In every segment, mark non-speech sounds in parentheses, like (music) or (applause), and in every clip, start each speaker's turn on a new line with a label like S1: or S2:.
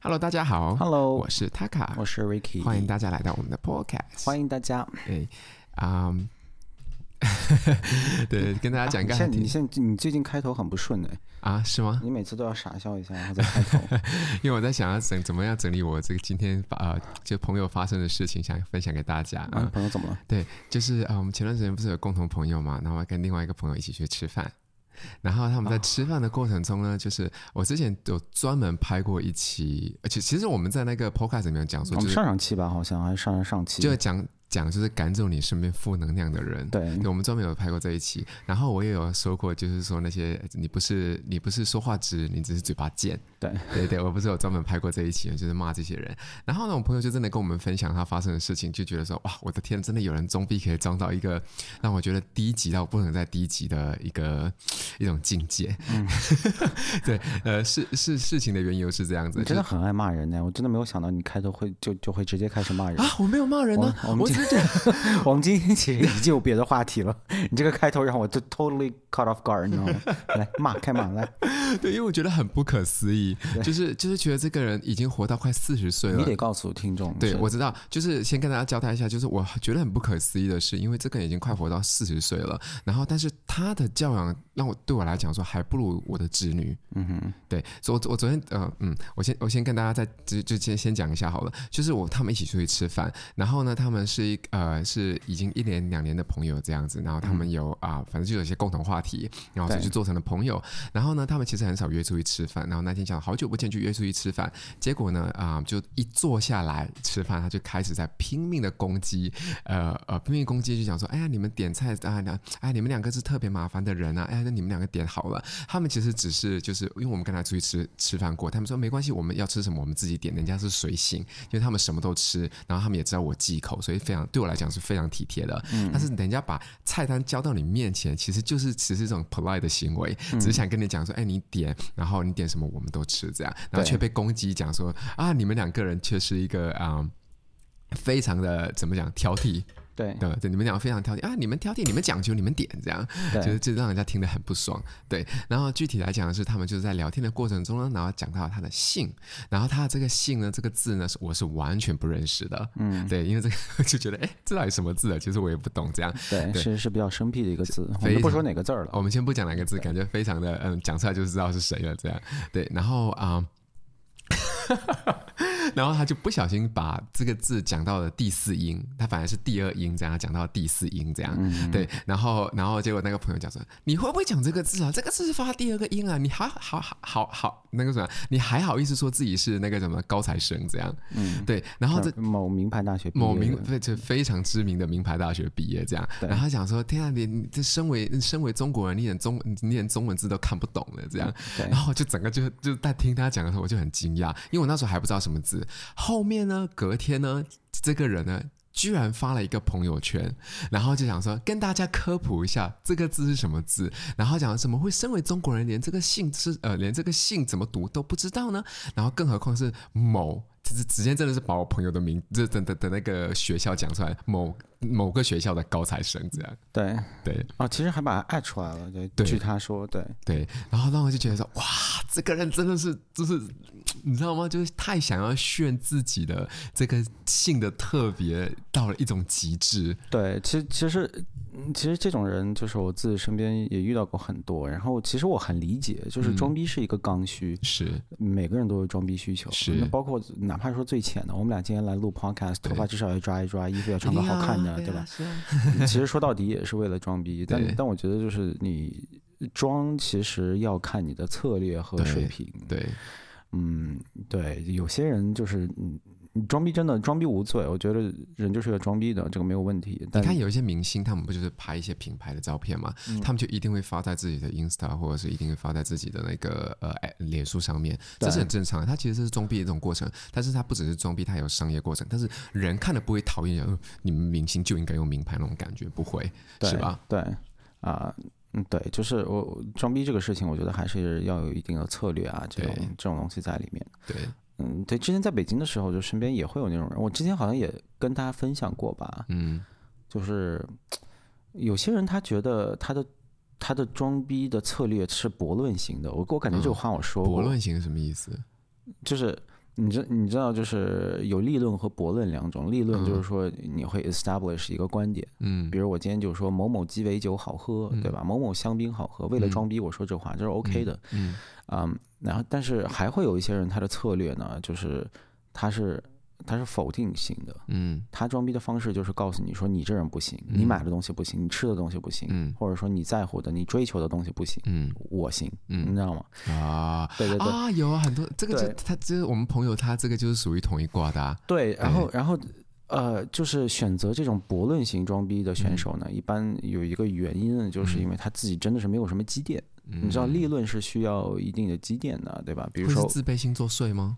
S1: Hello，大家好
S2: Hello，
S1: 我是 Taka，
S2: 我是 Ricky，
S1: 欢迎大家来到我们的 Podcast。
S2: 欢迎大家。
S1: 哎，啊、嗯 (laughs) 对，跟大家讲一个
S2: 啊
S1: 还
S2: 现在
S1: 挺
S2: 你现在你最近开头很不顺哎，
S1: 啊是吗？
S2: 你每次都要傻笑一下，然后再开
S1: (laughs)
S2: 头。
S1: 嗯因为我在想要整怎么样整理我这个今天发呃，就朋友发生的事情，想分享给大家啊、
S2: 啊，朋友怎么了？
S1: 对，就是啊，呃我们前段时间不是有共同朋友嘛，然后跟另外一个朋友一起去吃饭，然后他们在吃饭的过程中
S2: 啊
S1: 呢，就是我之前有专门拍过一期，而且其实我们在那个 podcast 里面有讲说，
S2: 我
S1: 就
S2: 们
S1: 是
S2: 哦上上期吧，好像还是上上上期。
S1: 就讲讲就是赶走你身边负能量的人。
S2: 对
S1: 对，我们专门有拍过这一期，然后我也有说过，就是说那些你不是你不是说话直，你只是嘴巴贱。
S2: 对
S1: 对对，我不是有专门拍过这一期，就是骂这些人。然后呢，我朋友就真的跟我们分享他发生的事情，就觉得说哇，我的天，真的有人装逼可以装到一个让我觉得低级到不能再低级的一个一种境界。
S2: 嗯
S1: (laughs) 对，呃，事事事情的缘由是这样子，
S2: 你
S1: 就
S2: 真
S1: 是
S2: 的很爱骂人呢，我真的没有想到你开头会就就会直接开始骂人。
S1: 啊，我没有骂人呢、
S2: 我我们
S1: 我只是觉得
S2: (laughs) 我们今天其实已经有别的话题了， (laughs) 你这个开头让我就 totally caught off guard，你知道吗？
S1: (laughs)
S2: 来骂，开骂来，
S1: 对，因为我觉得很不可思议，就是就是觉得这个人已经活到快四十岁
S2: 你
S1: 了
S2: 得。告诉听众。
S1: 对，
S2: 是
S1: 我知道，就是先跟大家交代一下，就是我觉得很不可思议的是，因为这个人已经快活到四十岁了，然后但是他的教养让我对我来讲说还不如我的侄女。
S2: 嗯哼，
S1: 对，所以我我昨天呃嗯，我先我先跟大家再就就先先讲一下好了，就是我他们一起出去吃饭，然后呢，他们是一呃是已经一年两年的朋友这样子，然后他们有啊、反正就有一些共同话题，然后所以
S2: 对
S1: 就做成了朋友。然后呢，他们其实很少约出去吃饭，然后那天想好久不见就约出去吃饭，结果呢啊、就一坐下来吃饭，他就开始在拼命的攻击，呃呃拼命攻击就讲说，哎呀你们点菜啊那哎你们两个是特别麻烦的人啊，哎呀那你们两个点好了，他们其实只是就是因为我们跟他出去吃吃饭过，他们说没关系，我们要吃什么我们自己点，人家是随性，因为他们什么都吃，然后他们也知道我忌口，所以非常对我来讲是非常体贴的。但是人家把菜单交到你面前，其实就是只是一种 polite 的行为，只是想跟你讲说，哎，你点，然后你点什么我们都吃这样，然后
S2: 对
S1: 却被攻击讲说啊，你们两个人却是一个啊。嗯非常的怎么讲挑剔，
S2: 对
S1: 对对，你们两个非常挑剔啊！你们挑剔，你们讲究，你们点这样，就是
S2: 对，
S1: 这让人家听得很不爽。对，然后具体来讲的是，他们就是在聊天的过程中呢，然后讲到他的姓，然后他的这个姓呢，这个字呢，是我是完全不认识的。嗯，对，因为这个 (laughs) 就觉得，哎，这到底什么字啊？其实我也不懂这样。
S2: 对，
S1: 对
S2: 是是比较生僻的一个字，我
S1: 非
S2: 们就不
S1: 常
S2: 说哪个字儿了。
S1: 哦我们先不讲哪个字，感觉非常的，嗯，讲出来就知道是谁了。这样，对，然后啊。 (laughs) 嗯然后他就不小心把这个字讲到了第四音，他反而是第二音，这样他讲到第四音这样，对。然后，然后结果那个朋友讲说：“你会不会讲这个字啊？这个字是发第二个音啊？你还好好好好那个什么？你还好意思说自己是那个什么高材生这样？嗯，对。然后这
S2: 是某名牌大学毕业的，
S1: 某名非就非常知名的名牌大学毕业这样，
S2: 对
S1: 然后他讲说：“天啊，你你这身为身为中国人，你连中你连中文字都看不懂了这样。”
S2: 对
S1: 然后就整个就就在听他讲的时候，我就很惊讶，因为我那时候还不知道什么字。后面呢，隔天呢，这个人呢。居然发了一个朋友圈，然后就想说跟大家科普一下这个字是什么字，然后讲怎么会身为中国人连这个姓是呃连这个姓怎么读都不知道呢？然后更何况是某，直直接真的是把我朋友的名这的的的那个学校讲出来，某某个学校的高材生这样，
S2: 对，
S1: 对
S2: 哦，其实还把它艾出来了，对，
S1: 对
S2: 据他说，对，
S1: 对，然后让我就觉得说，哇，这个人真的是就是你知道吗？就是太想要炫自己的这个姓的特别到了一种极致，
S2: 对，其实其实嗯其实这种人就是我自己身边也遇到过很多，然后其实我很理解，就是
S1: 嗯
S2: 装逼是一个刚需，
S1: 是
S2: 每个人都有装逼需求，
S1: 是
S2: 那包括哪怕说最浅的，我们俩今天来录 podcast，头发至少要抓一抓，衣服要穿个
S1: 哎
S2: 好看的，对吧？？
S1: 啊
S2: 其实说到底也是为了装逼，但
S1: 对
S2: 但我觉得就是你装其实要看你的策略和水
S1: 对
S2: 平，
S1: 对，
S2: 嗯，对，有些人就是嗯。你装逼真的装逼无罪，我觉得人就是要装逼的，这个没有问题。
S1: 你
S2: 但嗯
S1: 看有一些明星，他们不就是拍一些品牌的照片嘛？他们就一定会发在自己的 Insta，或者是一定会发在自己的那个呃哎脸书上面，这是
S2: 对
S1: 很正常的。它其实是装逼的一种过程，但是它不只是装逼，它有商业过程。但是人看了不会讨厌，呃你们明星就应该用名牌那种感觉，不会
S2: 对
S1: 是吧？？
S2: 对，啊、嗯，对，就是我我装逼这个事情，我觉得还是要有一定的策略啊，这种
S1: 对
S2: 这种东西在里面。
S1: 对，
S2: 嗯，对，之前在北京的时候，就身边也会有那种人，我之前好像也跟大家分享过吧，
S1: 嗯，
S2: 就是有些人他觉得他的他的装逼
S1: 嗯
S2: 的策略是驳论型的，我我感觉这个话我说
S1: 博
S2: 过，
S1: 论型是什么意思？
S2: 就是你知你知道，就是有立论和驳论两种。立论就是说你会 establish 一个观点，
S1: 嗯
S2: 比如我今天就说某某鸡尾酒好喝，对吧？某某香槟好喝，为了装逼我说这话，这是 OK 的。
S1: 嗯
S2: 嗯，然后但是还会有一些人他的策略呢，就是他是他是否定性的，
S1: 嗯
S2: 他装逼的方式就是告诉你说你这人不行，你买的东西不行，你吃的东西不行，
S1: 嗯
S2: 或者说你在乎的、你追求的东西不行，
S1: 嗯
S2: 我行，你
S1: 嗯
S2: 知道吗？
S1: 啊
S2: 对对对。
S1: 啊，有很多这个就
S2: 对
S1: 他这是我们朋友他这个就是属于同一挂的啊，
S2: 对，然后然后呃，就是选择这种驳论型装逼的选手呢，一般有一个原因呢，就是因为他自己真的是没有什么积淀。
S1: 嗯
S2: 你知道立论是需要一定的积淀的，对吧？比如
S1: 会是
S2: 说，
S1: 自卑心作祟吗？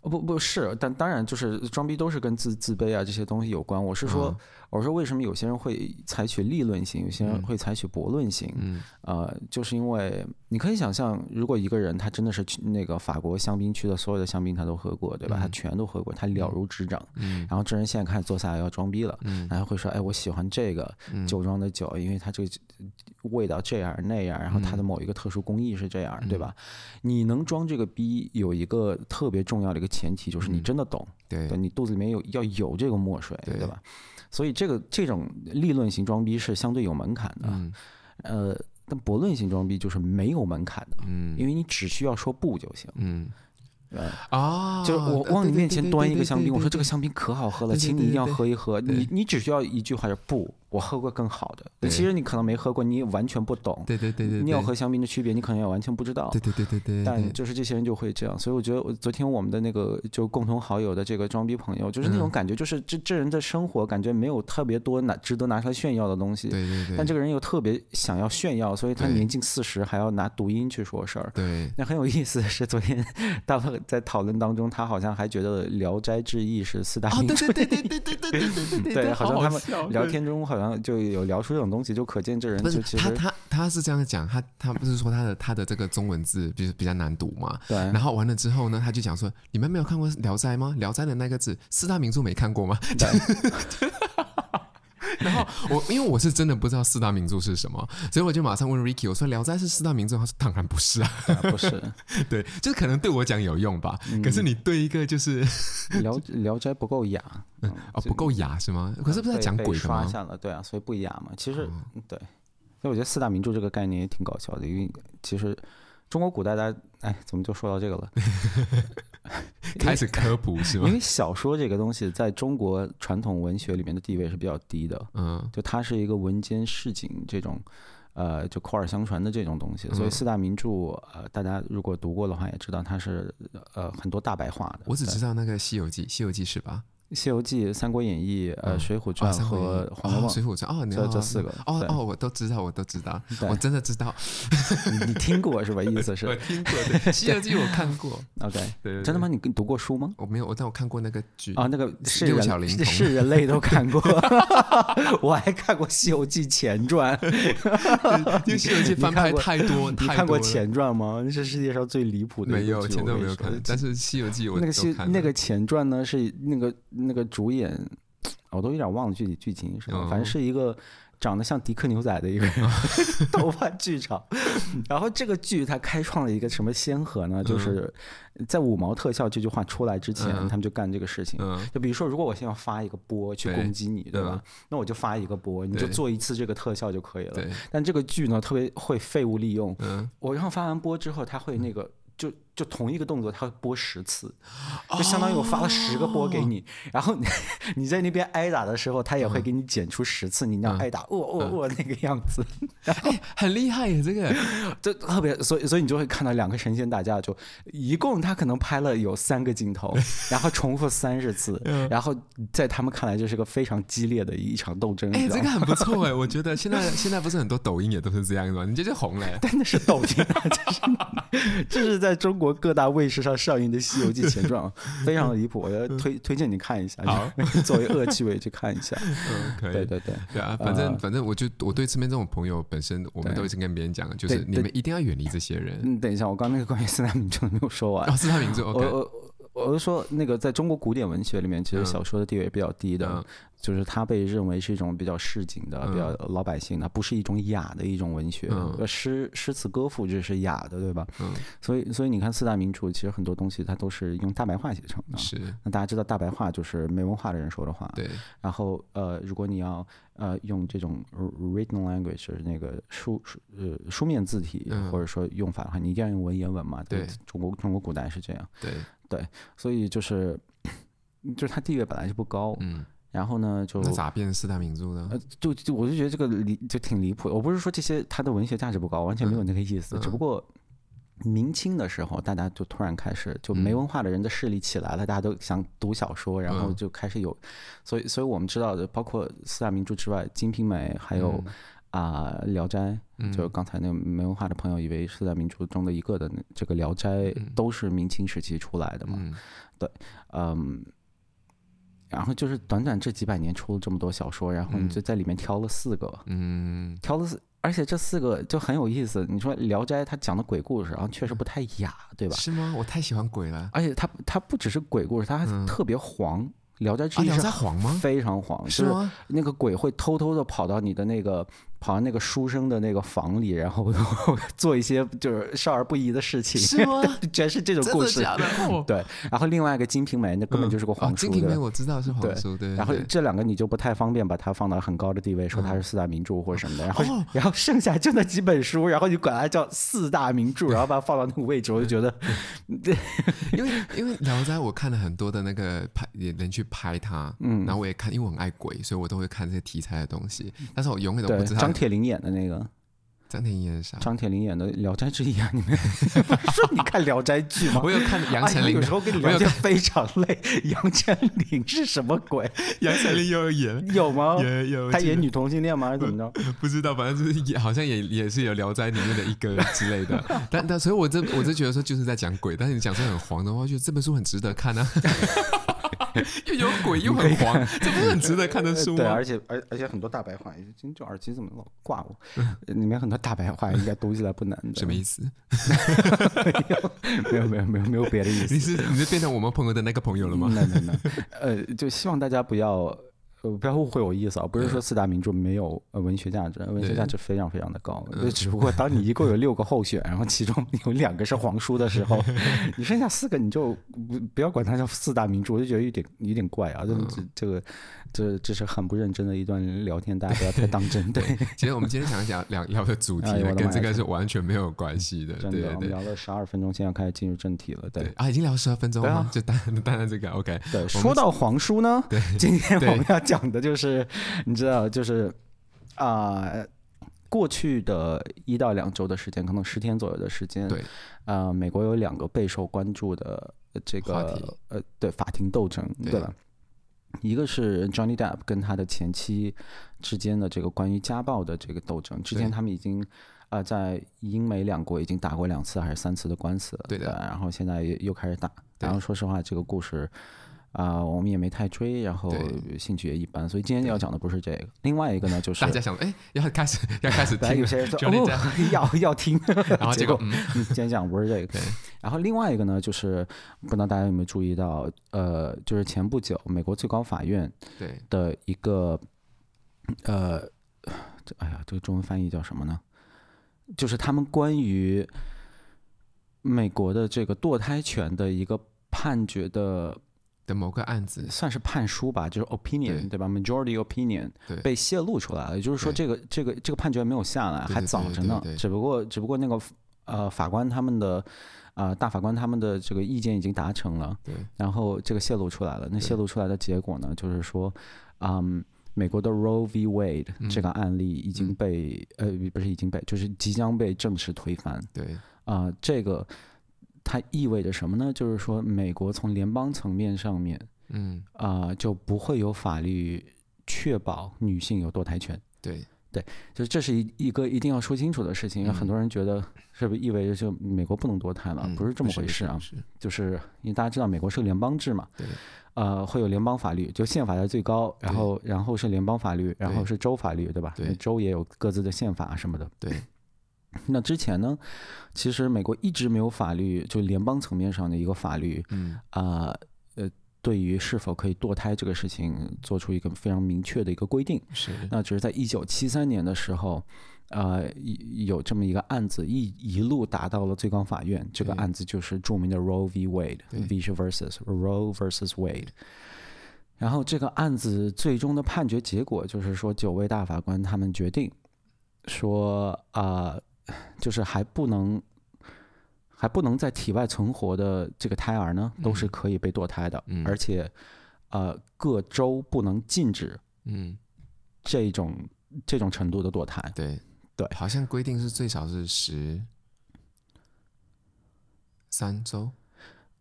S2: 哦不不是，但当然就是装逼都是跟自自卑啊这些东西有关。我是说，
S1: 嗯
S2: 我说为什么有些人会采取立论型，有些人会采取驳论型？
S1: 嗯
S2: 呃，就是因为你可以想象，如果一个人他真的是去那个法国香槟区的所有的香槟他都喝过，对吧？他全都喝过，他了如指掌。
S1: 嗯
S2: 然后这人现在开始坐下来要装逼了，
S1: 嗯
S2: 然后会说，哎，我喜欢这个
S1: 嗯
S2: 酒庄的酒，因为它这个味道这样儿那样儿，然后
S1: 嗯
S2: 它的某一个特殊工艺是这样儿，对吧？你能装这个逼，有一个特别重要的一个前提，就是你真的懂，
S1: 嗯对
S2: 对你肚子里面有要有这个墨水，
S1: 对
S2: 对吧？所以这个这种立论型装逼是相对有门槛的，
S1: 嗯
S2: 呃，但驳论型装逼就是没有门槛的，
S1: 嗯
S2: 因为你只需要说不就行。
S1: 嗯
S2: 呃，
S1: 啊，
S2: 就是我
S1: 对
S2: 往你面前端一个香槟，我说
S1: 对对对对对
S2: 这。
S1: 对
S2: 个香槟可好喝了，
S1: 对对
S2: 请你
S1: 对
S2: 一定
S1: 对
S2: 要
S1: 对
S2: 喝一喝。你你只需要一句话就是不，我喝过更好的。其实你可能没喝过，你也完全不懂。
S1: 对对对对，
S2: 你有
S1: 对
S2: 和香槟的区别，你可能也完全不知道
S1: 对。对对对对，
S2: 但就是这些人就会这样，所以我觉得我昨天我们的那个就共同好友的这个装逼朋友，就是
S1: 嗯
S2: 那种感觉，就是这这人的生活感觉没有特别多拿值得拿出来炫耀的东西，
S1: 对对对，
S2: 但这个人又特别想要炫耀，所以他
S1: 对
S2: 年近四十还要拿读音去说事儿。
S1: 对
S2: 那很有意思的是，昨天大鹏在讨论当中，他好像还觉得《聊斋志异》是四大
S1: 啊，
S2: 名
S1: 对
S2: 著。
S1: 对对对对对对对对对
S2: 对，好像他
S1: 们
S2: 们聊天中好像就有聊出这种东西，就可见这人
S1: 不是
S2: 就其
S1: 他
S2: 实
S1: 他他是这样讲，他他不是说他的他的这个中文字就是比较难读嘛，
S2: 对
S1: 然后完了之后呢，他就讲说你们没有看过《聊斋》吗？《聊斋》的那个字四大名著没看过吗？ (laughs) 然后我因为我是真的不知道四大名著是什么，所以我就马上问 Ricky，我说《聊斋》是四大名著，他说当然不是啊， (laughs)
S2: 对不是
S1: 对，就是可能对我讲有用吧，
S2: 嗯
S1: 可是你对一个就是
S2: 聊聊斋不够雅，
S1: 哦不够雅是吗？可是不是在
S2: 被
S1: 讲
S2: 被
S1: 鬼的
S2: 刷
S1: 吗？嗯
S2: 下了，对啊，所以不雅嘛。其实嗯对，所以我觉得四大名著这个概念也挺搞笑的，因为其实中国古代大家哎，怎么就说到这个了？
S1: 开始科普是吗
S2: 因？为小说这个东西在中国传统文学里面的地位是比较低的，
S1: 嗯
S2: 就它是一个文间市井这种，呃，就口耳相传的这种东西。所以
S1: 嗯
S2: 四大名著，呃，大家如果读过的话，也知道它是呃很多大白话的。
S1: 我只
S2: 对
S1: 知道那个《西游记》，《西游记》是吧？
S2: 《西游记》《三国演义》呃《
S1: 嗯
S2: 水浒
S1: 啊
S2: 传》和《红楼
S1: 哦
S2: 梦
S1: 水》浒传》哦，你
S2: 这
S1: 要
S2: 这四个
S1: 哦
S2: 对
S1: 哦，我都知道，我都知道，
S2: 对
S1: 我真的知道，
S2: 你你听过是吧？意思是
S1: 我听过 (laughs) 对《西游记》，我看过，
S2: OK，
S1: 对对
S2: 真的吗？？你读过书吗？
S1: 对我没有，我但我看过那个剧
S2: 啊，，那个是
S1: 六
S2: 人
S1: 小龄
S2: 是
S1: 童
S2: 是人类都
S1: (laughs)
S2: 看过， (laughs) 我还看过《西游记前
S1: (laughs)
S2: 传》，
S1: 因为《西游记》翻
S2: 看
S1: 拍
S2: 过
S1: 太多，
S2: 你
S1: 太
S2: 看
S1: 多
S2: 过
S1: 了
S2: 前传吗？那是世界上最离谱的一个
S1: 没有？
S2: 剧
S1: 前
S2: 我
S1: 段
S2: 跟
S1: 没
S2: 你
S1: 有
S2: 说
S1: 看，但是《西游记》我
S2: 那
S1: 都
S2: 个西
S1: 看了
S2: 那个前传呢，是那个那个主演，我都有点忘了具体剧情是什么，反正
S1: 哦
S2: 是一个长得像迪克牛仔的一
S1: (laughs)
S2: 个人头发剧场。然后这个剧它开创了一个什么先河呢？就是在五毛特效这句话出来之前，
S1: 嗯
S2: 他们就干这个事情。
S1: 嗯
S2: 就比如说，如果我现在要发一个波去
S1: 对嗯
S2: 攻击你，对吧？那我就发一个波，你就
S1: 对
S2: 做一次这个特效就可以了
S1: 对。
S2: 但这个剧呢，特别会废物利用， (laughs)
S1: 嗯，
S2: 我然后发完波之后，他会那个就就同一个动作，他会播十次，就相当于我发了十个波给你，
S1: 哦
S2: (laughs) 然后你你在那边挨打的时候，他也
S1: 嗯
S2: 会给你剪出十次你那样挨打，嗯我我我那个样子，
S1: 哎，很厉害耶，这个
S2: (laughs)
S1: 哎
S2: 就特别，所以所以你就会看到两个神仙打架，就一共他可能拍了有三个镜头，然后重复三十
S1: (laughs)
S2: 次，
S1: 嗯
S2: 然后在他们看来这是个非常激烈的一场斗争，你
S1: 哎，
S2: 知道
S1: 这
S2: 吗
S1: 个很不错哎，我觉
S2: (laughs)
S1: 得现在现在不是很多抖音也都是这样的吗？你这就红了耶。
S2: 真的是抖音啊！这是这是在中国各大卫视上上映的《西游记前传》
S1: (laughs)
S2: 啊，非常离谱，我要推推荐你看一下，就 (laughs) 作为恶趣味去看一下。
S1: 嗯， (laughs) 可以
S2: 对。呃对对，
S1: 对啊，反正反正我就我对身边这种朋友本身，我们
S2: 对
S1: 都已经跟别人讲了，就是
S2: 对
S1: 你们一定要远离这些人。
S2: 嗯嗯，等一下，我刚那个关于四大名著没有说完
S1: (laughs) 哦，。是他名字
S2: 我
S1: ，OK，
S2: 我我我就说那个在中国古典文学里面，其实
S1: 嗯
S2: 小说的地位比较低的，
S1: 嗯
S2: 就是它被认为是一种比较市井的、比较老百姓的，不是一种雅的一种文学。
S1: 嗯
S2: 诗诗词歌赋这是雅的，对吧？
S1: 嗯
S2: 所以所以你看四大名著，其实很多东西它都是用大白话写成的。
S1: 是
S2: 那大家知道大白话就是没文化的人说的话，
S1: 对，
S2: 然后呃，如果你要呃用这种 written language 就是那个书书呃书面字体
S1: 嗯
S2: 或者说用法的话，你一定要用文言文嘛。
S1: 对
S2: 中国中国古代是这样，
S1: 对，
S2: 所以就是 (coughs) 就是它地位本来就不高，
S1: 嗯，
S2: 然后呢就
S1: 那咋变成四大名著呢？
S2: 呃就就我就觉得这个离就挺离谱的。我不是说这些它的文学价值不高，完全没有
S1: 嗯
S2: 那个意思，只不过。明清的时候，大家就突然开始，就没文化的人的势力起来了，大家都想读小说，然后
S1: 嗯
S2: 就开始有，所以，所以我们知道的，包括四大名著之外，《金瓶梅》还有
S1: 嗯
S2: 啊、聊斋》，就是刚才那个没文化的朋友以为四大名著中的一个的那这个《聊斋》，都是明清时期出来的嘛，
S1: 嗯
S2: 嗯，然后就是短短这几百年出了这么多小说，然后你就在里面挑了四个，
S1: 嗯
S2: 挑了四，而且这四个就很有意思。你说《聊斋》它讲的鬼故事，然后确实不太雅，对吧？
S1: 是吗？我太喜欢鬼了。
S2: 而且它它不只是鬼故事，它还特别黄，聊
S1: 嗯
S2: 斋
S1: 啊，
S2: 志异》
S1: 聊
S2: 是
S1: 斋黄吗？
S2: 非常黄，
S1: 是
S2: 就是
S1: 吗？
S2: 那个鬼会偷偷的跑到你的那个跑到那个书生的那个房里，然后 (laughs) 做一些就是少儿不宜的事情，
S1: 是吗？
S2: (laughs) 全是这种
S1: 真
S2: 故
S1: 的
S2: 事。 (laughs)
S1: 假的？哦
S2: 对，然后另外一个《金瓶梅》，那根本就是个
S1: 哦，
S2: 黄书，
S1: 金
S2: 对
S1: 瓶
S2: 吧
S1: 梅我知道是
S2: 对
S1: 黄书，对。对
S2: 然后
S1: 对
S2: (laughs)
S1: 嗯
S2: 这两个你就不太方便把它放到很高的地位，说它是四大名著或者什么的。然后
S1: 哦，
S2: 然后剩下就那几本书，然后你管它叫四大名著，然后把它放到那个位置，我就觉得，
S1: 因为因为《聊斋》，我看了很多的那个拍人去拍它，嗯，然后我也看，因为我很爱鬼，所以我都会看这些题材的东西，但是我永远都
S2: 对
S1: 不，知道
S2: 张铁林演的那个，
S1: 张天翼演啥。
S2: 张铁林演的《聊斋志异》啊，你们 (laughs) 说你看《聊斋剧》吗
S1: 我？有看杨
S2: 哎
S1: 丞
S2: 我
S1: 琳
S2: 有
S1: 的
S2: 时，候跟你
S1: 我
S2: 聊
S1: 有
S2: 天非常累。杨丞琳是什么鬼？
S1: 杨丞琳有演，
S2: 有吗？
S1: 有有
S2: 他
S1: 记
S2: 演
S1: 得呃
S2: 女同性恋吗？还是怎么着？
S1: 不知道，反正就是也好像也也是有《聊斋》里面的一个之类
S2: (laughs)
S1: 的。但但所以我这我就觉得说就是在讲鬼，但是你讲这很黄的话，我觉得这本书很值得看啊， (laughs) 又有鬼又很黄，这不是很值得看的书
S2: 呃对，啊
S1: 吗
S2: 而？且而而且很多大白话，哎今这耳机怎么老挂我？里面很多大白话应该读起来不难的。
S1: 嗯什么意思？
S2: (laughs) 没有没有没有没有别的意
S1: 你
S2: 思。 (laughs)
S1: 是你是变成我们朋友的那个朋友了吗？
S2: 那那那，呃，就希望大家不要呃不要误会我意思啊，不是说四大名著没有呃文学价值，文学价值非常非常的高，就只不过当你一共有六个候选，然后其中有两个是黄书的
S1: (laughs)
S2: 时候，你剩下四个你就不不要管它叫四大名著，我就觉得有点有点怪啊，这这
S1: 嗯
S2: 这个这这是很不认真的一段聊天，大家不要太当
S1: (laughs)
S2: 真，对，
S1: 其实我们今天想讲聊聊的主题
S2: 哎我
S1: 呢，
S2: 的
S1: 跟
S2: 妈呀
S1: 这个是完全没有关系的。
S2: 真
S1: 对
S2: 的，我们
S1: 对
S2: 聊了十二分钟，现在开始进入正题了，对
S1: 对。啊，已经聊十二分钟了
S2: 对啊
S1: 吗，就单单单这个 OK。
S2: 对，说到黄书呢，今天我们要讲的就是， (laughs) 你知道，就是啊、过去的一到两周的时间，可能十天左右的时间，
S1: 对，
S2: 呃，美国有两个备受关注的呃这
S1: 话
S2: 个
S1: 题
S2: 呃，对法庭斗争，
S1: 对
S2: 对吧？一个是 Johnny Depp 跟他的前妻之间的这个关于家暴的这个斗争，之前
S1: 对
S2: 他们已经呃在英美两国已经打过两次还是三次的官司了，
S1: 对的
S2: 吧然后现在又又开始打，
S1: 对
S2: 然后说实话，这个故事啊、我们也没太追，然后
S1: 对
S2: 兴趣也一般，所以今天要讲的不是这个，另外一个呢就是
S1: 大家想，哎，要开始要开始
S2: (laughs) 本来
S1: 听
S2: 有
S1: 了，
S2: 些人说
S1: Johnny
S2: 哦
S1: Depp
S2: 要要听，
S1: (laughs) 然后结果嗯
S2: 嗯 (laughs) 今天讲不是这个。然后另外一个呢，就是不知道大家有没有注意到，呃，就是前不久美国最高法院
S1: 对
S2: 的一个，呃，这哎呀，这个中文翻译叫什么呢？就是他们关于美国的这个堕胎权的一个判决的，
S1: 的某个案子，
S2: 算是判书吧，就是 opinion 对
S1: 对
S2: 吧？majority opinion
S1: 对
S2: 被泄露出来了，也就是说，
S1: 对
S2: 这个这个这个判决没有下来，
S1: 对
S2: 还
S1: 对
S2: 早
S1: 对
S2: 着
S1: 对
S2: 呢
S1: 对。
S2: 只不过只不过那个呃法官他们的呃大法官他们的这个意见已经达成了，
S1: 对
S2: 然后这个泄露出来了。那
S1: 对
S2: 泄露出来的结果呢，就是说，嗯，美国的 Roe v. Wade
S1: 嗯
S2: 这个案例已经被、呃不是已经被就是即将被正式推翻
S1: 对
S2: 啊、这个。它意味着什么呢？就是说，美国从联邦层面上面，
S1: 嗯
S2: 啊，就不会有法律确保女性有堕胎权。
S1: 对
S2: 就是这是一一个一定要说清楚的事情，因为很
S1: 嗯
S2: 多人觉得是不是意味着就美国不能堕胎了？
S1: 嗯
S2: 不是这么回事啊
S1: 不，是
S2: 就是因为大家知道美国是个联邦制嘛，
S1: 对
S2: 呃，会有联邦法律，就宪法在最高，然
S1: 对
S2: 后然后是联邦法律，然后是州法律，对吧？啊
S1: 对
S2: 州也有各自的宪法什么的。
S1: 对
S2: 那之前呢，其实美国一直没有法律，就联邦层面上的一个法律，
S1: 嗯
S2: 啊、呃，对于是否可以堕胎这个事情做出一个非常明确的一个规定。
S1: 是
S2: 那只是在一九七三年的时候，呃，一有这么一个案子一一路达到了最高法院，这个
S1: 对
S2: 案子就是著名的 Roe v. Wade
S1: 对
S2: v. versus Roe versus Wade。然后这个案子最终的判决结果就是说，九位大法官他们决定说，啊、就是还不能。还不能在体外存活的这个胎儿呢，都是可以被堕胎的，
S1: 嗯
S2: 而且，呃，各州不能禁止
S1: 嗯，
S2: 这种这种程度的堕胎，
S1: 对
S2: 对
S1: 好像规定是最少是十三周，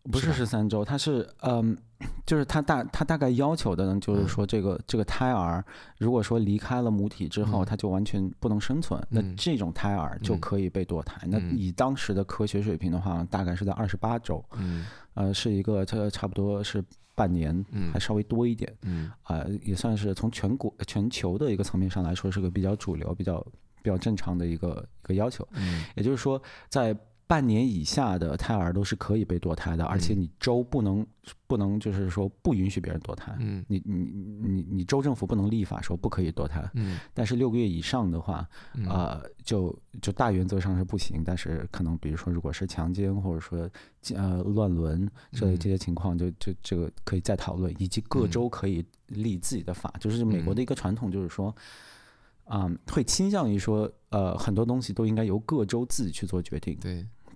S2: 不
S1: 是
S2: 是
S1: 吧
S2: 十三周，它是嗯， (coughs) 就是它大它大概要求的呢，
S1: 嗯
S2: 就是说这个这个胎儿如果说离开了母体之后，
S1: 嗯
S2: 它就完全不能生存，那
S1: 嗯
S2: 这种胎儿就
S1: 嗯
S2: 可以被堕胎。那
S1: 嗯
S2: 以当时的科学水平的话，大概是在二十八周，
S1: 嗯
S2: 呃，是一个这差不多是半年，
S1: 嗯
S2: 还稍微多一点，
S1: 嗯
S2: 啊、也算是从全国全球的一个层面上来说，是个比较主流、比较比较正常的一个一个要求。
S1: 嗯
S2: 也就是说，在半年以下的胎儿都是可以被堕胎的，而且你州不能不能就是说不允许别人堕胎，
S1: 嗯
S2: 你你你你州政府不能立法说不可以堕胎，
S1: 嗯
S2: 但是六个月以上的话，
S1: 嗯
S2: 呃，就就大原则上是不行，但是可能比如说如果是强奸或者说呃乱伦这类这些情况，就就这个可以再讨论，以及各
S1: 嗯
S2: 州可以立自己的法，就是美国的一个传统，就是说。啊、会倾向于说，呃，很多东西都应该由各州自己去做决定。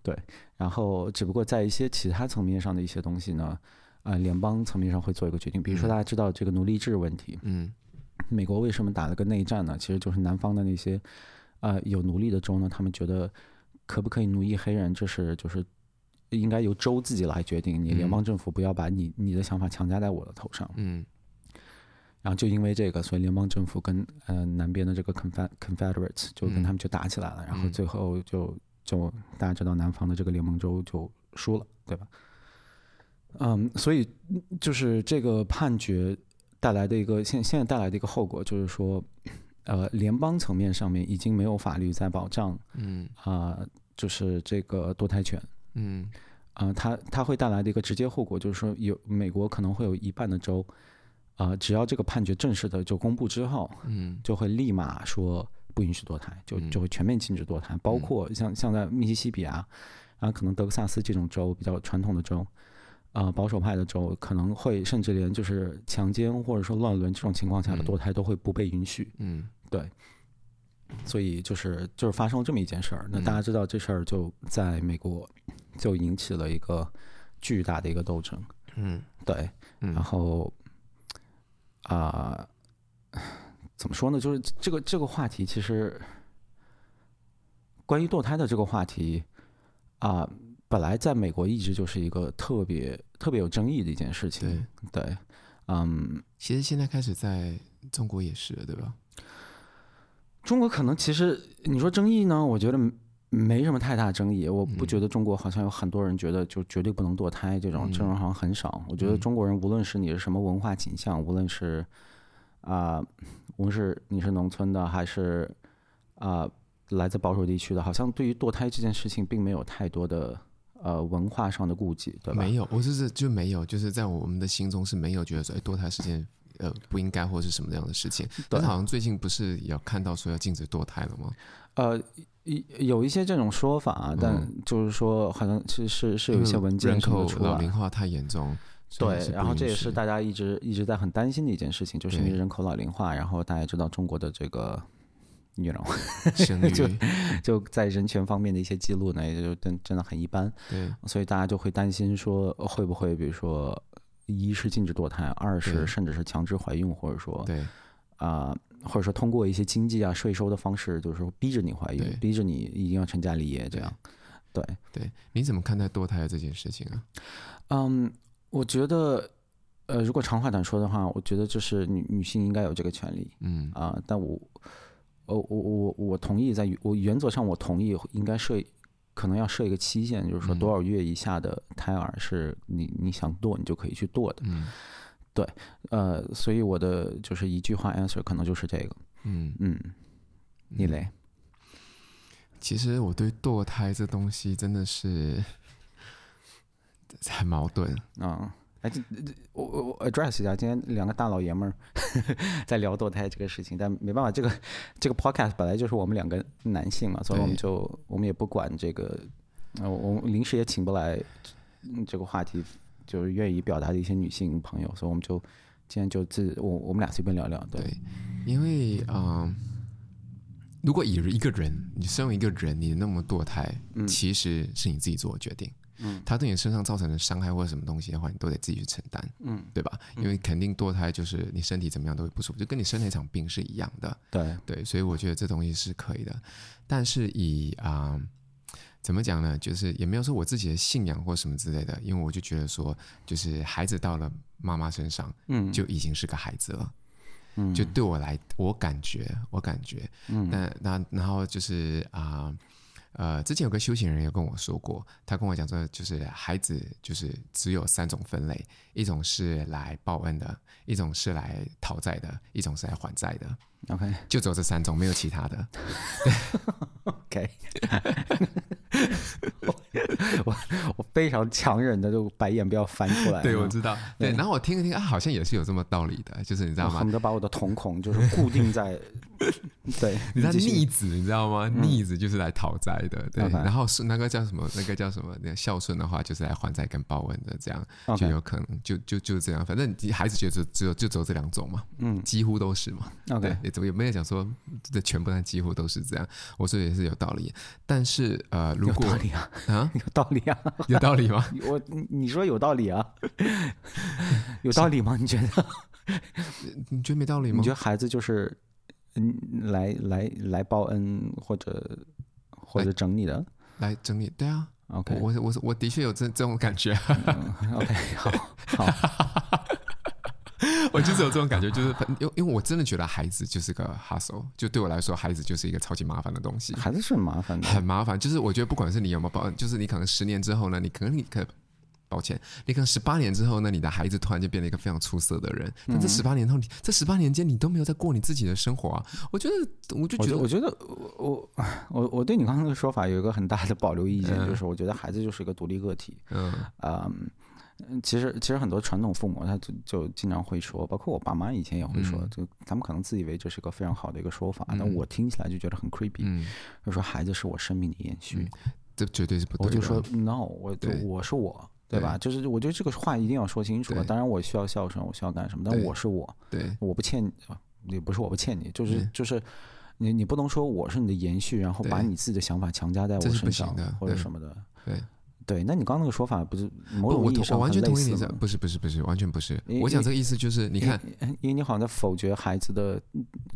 S1: 对，
S2: 然后，只不过在一些其他层面上的一些东西呢，呃，联邦层面上会做一个决定。比如说，
S1: 嗯
S2: 大家知道这个奴隶制问题，
S1: 嗯
S2: 美国为什么打了个内战呢？其实就是南方的那些，呃，有奴隶的州呢，他们觉得可不可以奴役黑人，这是就是应该由州自己来决定，你联
S1: 嗯
S2: 邦政府不要把你你的想法强加在我的头上。
S1: 嗯
S2: 然后就因为这个，所以联邦政府跟呃南边的这个 Confed- Confederates 就跟
S1: 嗯
S2: 他们就打起来了，然后
S1: 嗯
S2: 最后就就大家知道南方的这个联盟州就输了，对吧？嗯，所以就是这个判决带来的一个现现在带来的一个后果，就是说，呃，联邦层面上面已经没有法律在保障
S1: 嗯
S2: 啊、就是这个堕胎权。
S1: 嗯
S2: 啊、它它会带来的一个直接后果就是说有，美国可能会有一半的州，啊、只要这个判决正式的就公布之后，
S1: 嗯
S2: 就会立马说不允许堕胎，就
S1: 嗯
S2: 就会全面禁止堕胎，包括像像在密西西比啊，然后可能德克萨斯这种州比较传统的州，啊，保守派的州可能会甚至连就是强奸或者说乱伦这种情况下的
S1: 嗯
S2: 堕胎都会不被允许，
S1: 嗯
S2: 所以就是就是发生了这么一件事儿。那
S1: 嗯
S2: 大家知道这事儿就在美国就引起了一个巨大的一个斗争，
S1: 嗯
S2: 对，
S1: 嗯
S2: 然后啊、怎么说呢？就是这个这个话题，其实关于堕胎的这个话题啊、本来在美国一直就是一个特别特别有争议的一件事情。对，嗯，
S1: 其实现在开始在中国也是了，对吧？
S2: 中国可能其实你说争议呢，我觉得。没什么太大争议，我不
S1: 嗯
S2: 觉得中国好像有很多人觉得就绝对不能堕胎这种，这
S1: 嗯
S2: 种好像很少。我觉得
S1: 嗯
S2: 中国人无论是你是什么文化倾向，无论是啊、无论是你是农村的还是啊、来自保守地区的，好像对于堕胎这件事情并没有太多的呃文化上的顾忌，对吧？
S1: 没有，我就是就没有，就是在我们的心中是没有觉得说，哎，堕胎是件呃不应该或是什么样的事情。但是好像最近不是有看到说要禁止堕胎了吗？
S2: 呃，一有一些这种说法啊，但就是说好像是是是有一些文件
S1: 嗯人
S2: 什么
S1: 口
S2: 的出
S1: 老
S2: 来
S1: 龄。化太严重，所以
S2: 对，
S1: 不
S2: 然后这
S1: 允
S2: 也是
S1: 许 (laughs)
S2: 大家一直一直在很担心的一件事情，就是因为
S1: 对
S2: 人口老龄化，然后大家知道中国的这个，you know，
S1: 生
S2: 就
S1: 育，
S2: (laughs) 就在人权方面的一些记录呢，也就真真的很一般。
S1: 对
S2: 所以大家就会担心说，呃会不会比如说，一是禁止堕胎，二是
S1: 对
S2: 甚至是强制怀孕，或者说
S1: 对
S2: 啊、或者说通过一些经济啊、税收的方式，就是说逼着你怀
S1: 对
S2: 孕，逼着你一定要成家立业这样。对，
S1: 对，你怎么看待堕胎这件事情啊？
S2: 嗯，我觉得，呃，如果长话短说的话，我觉得就是女女性应该有这个权利
S1: 嗯
S2: 啊、但我，呃，我我我同意在，我原则上我同意应该设，可能要设一个期限，就是说
S1: 嗯
S2: 多少月以下的胎儿是你你想堕你就可以去堕的。
S1: 嗯
S2: 呃，所以我的就是嗯一句话 answer 可能就是这个。
S1: 嗯，
S2: 嗯，你嘞？
S1: 其实我对堕胎这东西真的是 (laughs) 很矛盾。
S2: 啊、哎，这这我我我 address 一下，今天两个大老爷们儿 (laughs) 在聊堕胎这个事情，但没办法，这个这个 podcast 本来就是我们两个男性嘛，所以我们
S1: 对
S2: 就我们也不管这个，呃，我我们临时也请不来嗯这个话题，就是愿意表达的一些女性朋友，所以我们就今天就自我我们俩随便聊聊，对，
S1: 对，因为嗯、如果以一个人，你身为一个人，你那么堕胎，其实是你自己做的决定。嗯，他对你身上造成的伤害或者什么东西的话，你都得自己去承担，嗯，对吧？因为肯定堕胎就是你身体怎么样都会不舒服，就跟你生了一场病是一样的。
S2: 对，
S1: 对，所以我觉得这东西是可以的，但是以啊、怎么讲呢？就是也没有说我自己的信仰或什么之类的，因为我就觉得说，就是孩子到了妈妈身上，
S2: 嗯，
S1: 就已经是个孩子了。
S2: 嗯
S1: 就对我来，我感觉，我感觉，
S2: 嗯
S1: 那那然后就是啊、呃，之前有个修行人有跟我说过，他跟我讲说，就是孩子就是只有三种分类，一种是来报恩的，一种是来讨债的，一种是来还债的。
S2: ，OK
S1: 就只有这三种，没有其他的。
S2: OK，我我非常强忍的就白眼不要翻出来，嗯
S1: 知道。对，然后我听了听啊，好像也是有这么道理的，就是你知道
S2: 我
S1: 吗
S2: 恨？不得把我的瞳孔就是固定
S1: (laughs)
S2: 在，对，
S1: 你知道
S2: 继续嗯
S1: 逆子，你知道吗？逆子就是来讨债的，对。
S2: OK
S1: 然后是那个叫什么，那个叫什么，那个孝顺的话就是来还债跟报恩的，这样
S2: OK
S1: 就有可能，就就就这样。反正你孩子觉得只有就只有这两种嘛，嗯，几乎都是嘛。对
S2: OK，
S1: 也也没有讲说这全部，但几乎都是这样。我说也是有道理，但是呃，如
S2: 有
S1: 果
S2: 道 (laughs) 理啊，
S1: 啊，
S2: 有道理啊， (laughs)
S1: 有道理吗？
S2: 我你你说有道理啊， (laughs) 有道理吗？你觉得？
S1: 你觉得没道理
S2: 你
S1: 吗
S2: 觉？得孩子就是嗯来来来报恩或者或者整你的
S1: 来整理，对啊，
S2: ？OK
S1: 哎我我我我的确有这这种感觉，
S2: 嗯 OK
S1: (laughs)
S2: 好好
S1: 我就是有这种感觉，就是因为因为我真的觉得孩子就是个 hustle，就对我来说，孩子就是一个超级麻烦的东西， (laughs)
S2: 孩子是很麻烦的，
S1: 很麻烦。就是我觉得不管是你有没有保，就是你可能十年之后呢，你可能你可。抱歉，你可能十八年之后呢，你的孩子突然就变得一个非常出色的人。
S2: 嗯
S1: 但这十八年后，你这十八年间，你都没有在过你自己的生活啊！我觉得，我就
S2: 我
S1: 觉
S2: 觉
S1: 得，
S2: 我觉得我我我我对你刚刚的说法有一个很大的保留意见，就是我觉得孩子就是一个独立个体，
S1: 嗯
S2: 嗯，嗯其实其实很多传统父母他就就经常会说，包括我爸妈以前也会
S1: 嗯
S2: 说，就他们可能自以为这是个非常好的一个说法，但我听起来就觉得很 creepy，、
S1: 嗯，
S2: 就说孩子是我生命的延续，
S1: 这绝对是不对
S2: 我
S1: 的。
S2: 就说 no，我就
S1: 对
S2: 我是我。对吧？就是我觉得这个话一定要说清楚
S1: 对。
S2: 当然，我需要孝顺，我需要干什么，但
S1: 对
S2: 我是我，
S1: 对，
S2: 我不欠，啊也不是我不欠你，就是就是，你你不能说我是你的延续，然后
S1: 嗯
S2: 把
S1: 对
S2: 你自己的想法强加在我
S1: 这是不
S2: 身
S1: 行
S2: 上
S1: 的
S2: 或者
S1: 对
S2: 什么的。
S1: 对
S2: 对，那你刚刚那个说法不是某
S1: 不
S2: 种
S1: 我
S2: 意义
S1: 同
S2: 上
S1: 我完
S2: 很
S1: 全
S2: 类
S1: 同意你
S2: 似
S1: 的，
S2: 吗
S1: 不是不是不是，完全不是。
S2: 因
S1: 我讲
S2: 因
S1: 这个意思就是，你看，
S2: 因为你好像在否决孩子的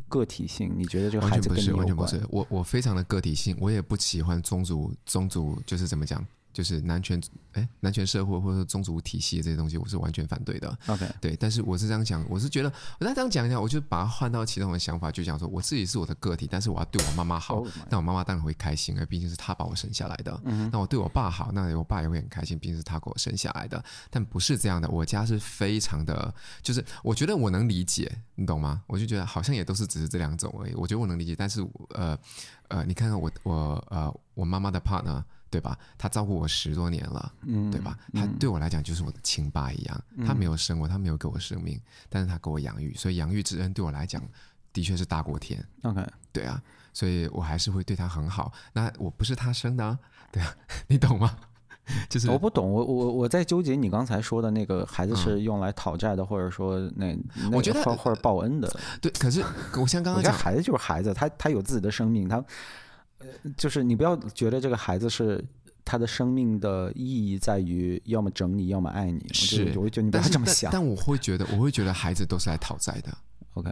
S2: 个体性，你觉得这个
S1: 完
S2: 孩
S1: 全
S2: 子
S1: 不
S2: 跟你
S1: 是，
S2: 有
S1: 完全不
S2: 关？
S1: 是。我我非常的个体性，我也不喜欢宗族宗族，就是怎么讲，就是男权哎男权社会或者说宗族体系这些东西，我是完全反对的。
S2: OK，
S1: 对，但是我是这样讲，我是觉得我再这样讲一讲，我就把它换到其他种的想法，就讲说我自己是我的个体，但是我要对我妈妈好
S2: Oh my，
S1: 那我妈妈当然会开心，而毕竟是她把我生下来的。
S2: 嗯
S1: 那我对我爸好，那我爸也会很开心，毕竟是他给我生下来的。但不是这样的，我家是非常的，就是我觉得我能理解，你懂吗？我就觉得好像也都是只是这两种而已，我觉得我能理解，但是呃呃，你看看我我呃我妈妈的 partner。对吧？她照顾我十多年了，
S2: 嗯，
S1: 对吧？他对我来讲就是我的亲爸一样，他没有生我，他没有给我生命，但是他给我养育，所以养育之恩对我来讲的确是大过天，
S2: ？OK，
S1: 对啊，所以我还是会对他很好。那我不是他生的、啊，对啊，你懂吗？ (laughs) 就是
S2: 我不懂，我我我在纠结你刚才说的那个孩子是用来讨债的，或者说那那
S1: 嗯我觉得
S2: 或或者报恩的。
S1: 对，可是我像刚
S2: 我
S1: 刚
S2: 觉得
S1: 讲，
S2: 孩子就是孩子，他他有自己的生命，他呃就是你不要觉得这个孩子是。他的生命的意义在于，要么整你，要么爱你。我就是我就觉得你不
S1: 但
S2: 要
S1: 是
S2: 这么
S1: 但
S2: 想。
S1: 但我会觉得，我会觉得孩子都是来讨债的。
S2: OK，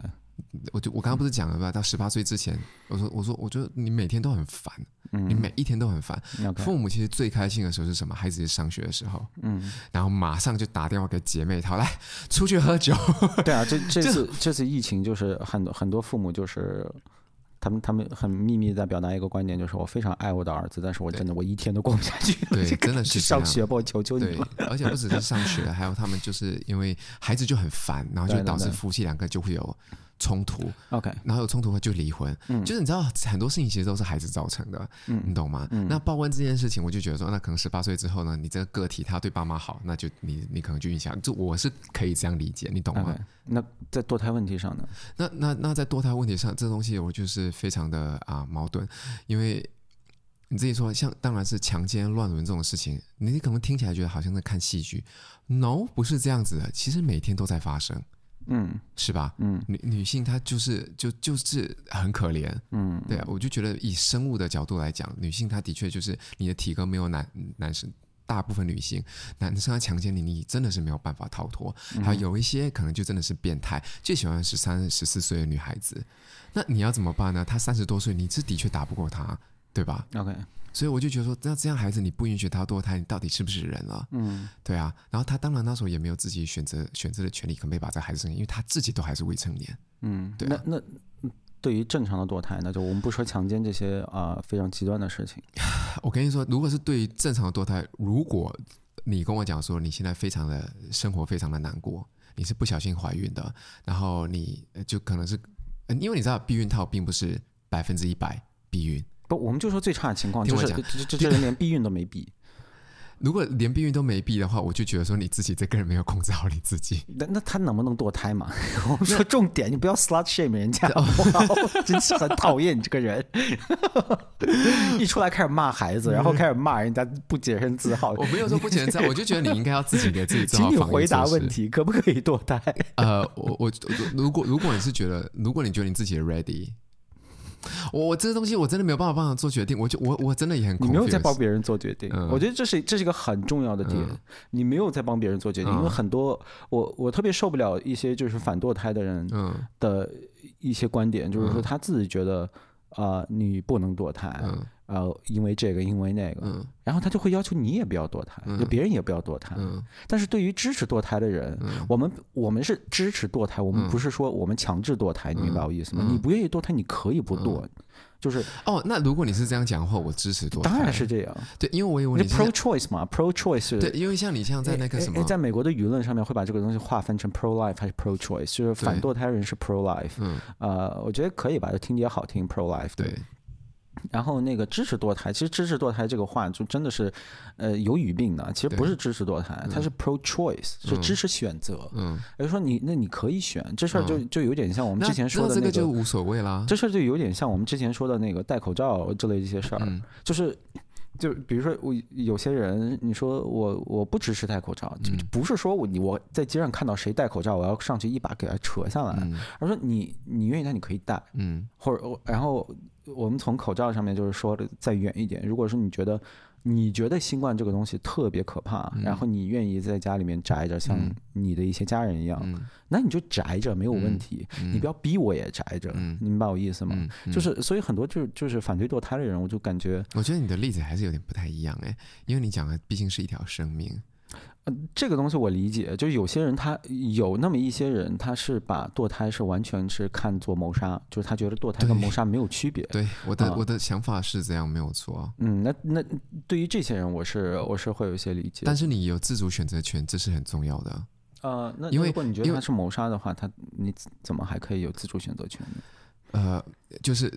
S1: 我就我刚刚不是讲了吧？到十八岁之前，我说我说我觉得你每天都很烦，
S2: 嗯
S1: 你每一天都很烦，
S2: OK，
S1: 父母其实最开心的时候是什么？孩子上学的时候，
S2: 嗯，
S1: 然后马上就打电话给姐妹淘来出去喝酒。
S2: (laughs) 对啊，这这次这次疫情就是很多很多父母就是。他们他们很秘密地在表达一个观点，就是我非常爱我的儿子，但是我真的我一天都过不下去了。
S1: 对
S2: 这个
S1: 真的是
S2: 去
S1: 这样
S2: 上学吧，我求求你
S1: 对
S2: 了。，
S1: 而且不只是上学，还有他们就是因为孩子就很烦，然后就
S2: 对对
S1: 导致
S2: 对
S1: 夫妻两个就会有冲突，
S2: OK，
S1: 然后有冲突就离婚，就是你知道很多事情其实都是孩子造成的，你懂吗？那报恩这件事情，我就觉得说，那可能十八岁之后呢，你这个个体他对爸妈好，那就你你可能就影响，就我是可以这样理解，你懂吗
S2: OK，？那在堕胎问题上呢？
S1: 那那那在堕胎问题上，这东西我就是非常的啊矛盾，因为你自己说，像当然是强奸、乱伦这种事情，你可能听起来觉得好像在看戏剧，no，不是这样子的，其实每天都在发生。
S2: 嗯
S1: 是吧？
S2: 嗯
S1: 女女性她就是就就是很可怜，
S2: 嗯
S1: 对啊，我就觉得以生物的角度来讲，女性她的确就是你的体格没有男男生。大部分女性，男生他强奸你，你真的是没有办法逃脱。还有有一些可能就真的是变态，最喜欢十三、十四岁的女孩子，那你要怎么办呢？她三十多岁，你是的确打不过她，对吧？
S2: ，OK，
S1: 所以我就觉得说，那这样孩子你不允许他堕胎，你到底是不是人了？
S2: 嗯
S1: 对啊。然后他当然那时候也没有自己选择选择的权利，可没把这孩子生下，因为他自己都还是未成年。
S2: 嗯，
S1: 对啊
S2: 那那。对于正常的堕胎呢，就我们不说强奸这些啊、非常极端的事情，
S1: 我跟你说，如果是对于正常的堕胎，如果你跟我讲说你现在非常的生活非常的难过，你是不小心怀孕的，然后你呃就可能是，呃因为你知道避孕套并不是百分之一百避孕，
S2: 不，我们就说最差的情况，
S1: 听
S2: 就
S1: 我
S2: 是
S1: 讲
S2: 这这这这人连避孕都没避，
S1: 如果连避孕都没避的话，我就觉得说你自己这个人没有控制好你自己。 (laughs)
S2: 那那他能不能堕胎嘛？我们说重点，你不要 slut shame 人家，
S1: 哦
S2: 好不好？真是很讨厌你这个人， (laughs) 一出来开始骂孩子，然后开始骂人家不洁身自好
S1: 我。没有说不全在，我就觉得你应该要自己给自己做哦好
S2: 请你
S1: 防
S2: 回
S1: 疫
S2: 答
S1: 措
S2: 问
S1: 施。
S2: 题，可不可以堕
S1: (laughs)
S2: 胎？
S1: 呃，我我如果如果你是觉得，如果你觉得你自己 ready，我我这个东西我真的没有办法帮他做决定，我就我我真的也很
S2: 你没有在
S1: confused
S2: 帮别人做决定，
S1: 嗯
S2: 我觉得这是这是一个很重要的点。你没有在帮别人做决
S1: 嗯
S2: 定，因为很多我我特别受不了一些就是反堕胎的人
S1: 嗯。
S2: 的一些观点，就是说他自己觉得啊、呃你不能堕胎，
S1: 嗯
S2: 呃，因为这个，因为那个，
S1: 嗯
S2: 然后他就会要求你也不要堕胎，就别人也不要堕胎。
S1: 嗯
S2: 但是对于支持堕胎的人，我们我们是支持堕胎，我
S1: 嗯
S2: 们不是说我们强制堕胎，你明白我意思吗？你不愿意堕胎，你可以不
S1: 嗯
S2: 堕，就是
S1: 哦，那如果你是这样讲的话，我支持多。
S2: 当然是这样。
S1: 对，因为我以为
S2: 你
S1: 你
S2: 是
S1: 是
S2: pro choice 嘛，pro choice
S1: 对，因为像你像在那个什
S2: 哎哎
S1: 么，
S2: 在美国的舆论上面会把这个东西划分成 pro life 还是 pro choice，就是反堕胎人是 pro life，
S1: 嗯，
S2: 呃，我觉得可以吧，就听起来好听 pro life。
S1: 对，
S2: 然后那个支持堕胎，其实支持堕胎这个话就真的是，呃，有语病的。其实不是支持堕胎，它是 pro choice，、是支持选择。
S1: 嗯，
S2: 也就是说你那你可以选，这事儿就就有点像我们
S1: 那
S2: 之前说的
S1: 那这
S2: 那
S1: 个就
S2: 个，
S1: 无所谓啦。
S2: 这事儿就有点像我们之前说的那个戴口罩之类这些事儿，
S1: 嗯
S2: 就是。就比如说我有些人，你说我我不支持戴口罩，
S1: 嗯
S2: 就不是说我你我在街上看到谁戴口罩，我要上去一把给他扯下来，而是说你你愿意戴你可以戴，
S1: 嗯
S2: 或者我，然后我们从口罩上面就是说的再远一点。如果说你觉得你觉得新冠这个东西特别可怕，
S1: 嗯
S2: 然后你愿意在家里面宅着，像你的一些家人一样，
S1: 嗯
S2: 那你就宅着没有问题，啊你不要逼我也宅着，
S1: 嗯
S2: 你明白我意思吗？
S1: 嗯，嗯
S2: 就是所以很多就是就是反对堕胎的人，我就感觉、
S1: 我觉得你的例子还是有点不太一样哎，因为你讲的毕竟是一条生命。
S2: 呃、这个东西我理解，就是有些人他有那么一些人，他是把堕胎是完全是看作谋杀，就是他觉得堕胎跟
S1: 对
S2: 谋杀没有区别。
S1: 对，我的
S2: 啊
S1: 我的想法是这样，没有错啊。
S2: 嗯，那那对于这些人，我是我是会有一些理解。
S1: 但是你有自主选择权，这是很重要的。
S2: 呃，那
S1: 因
S2: 那
S1: 为
S2: 如果你觉
S1: 因
S2: 得
S1: 为
S2: 他是谋杀的话，他你怎么还可以有自主选择权呢？
S1: 呃，就是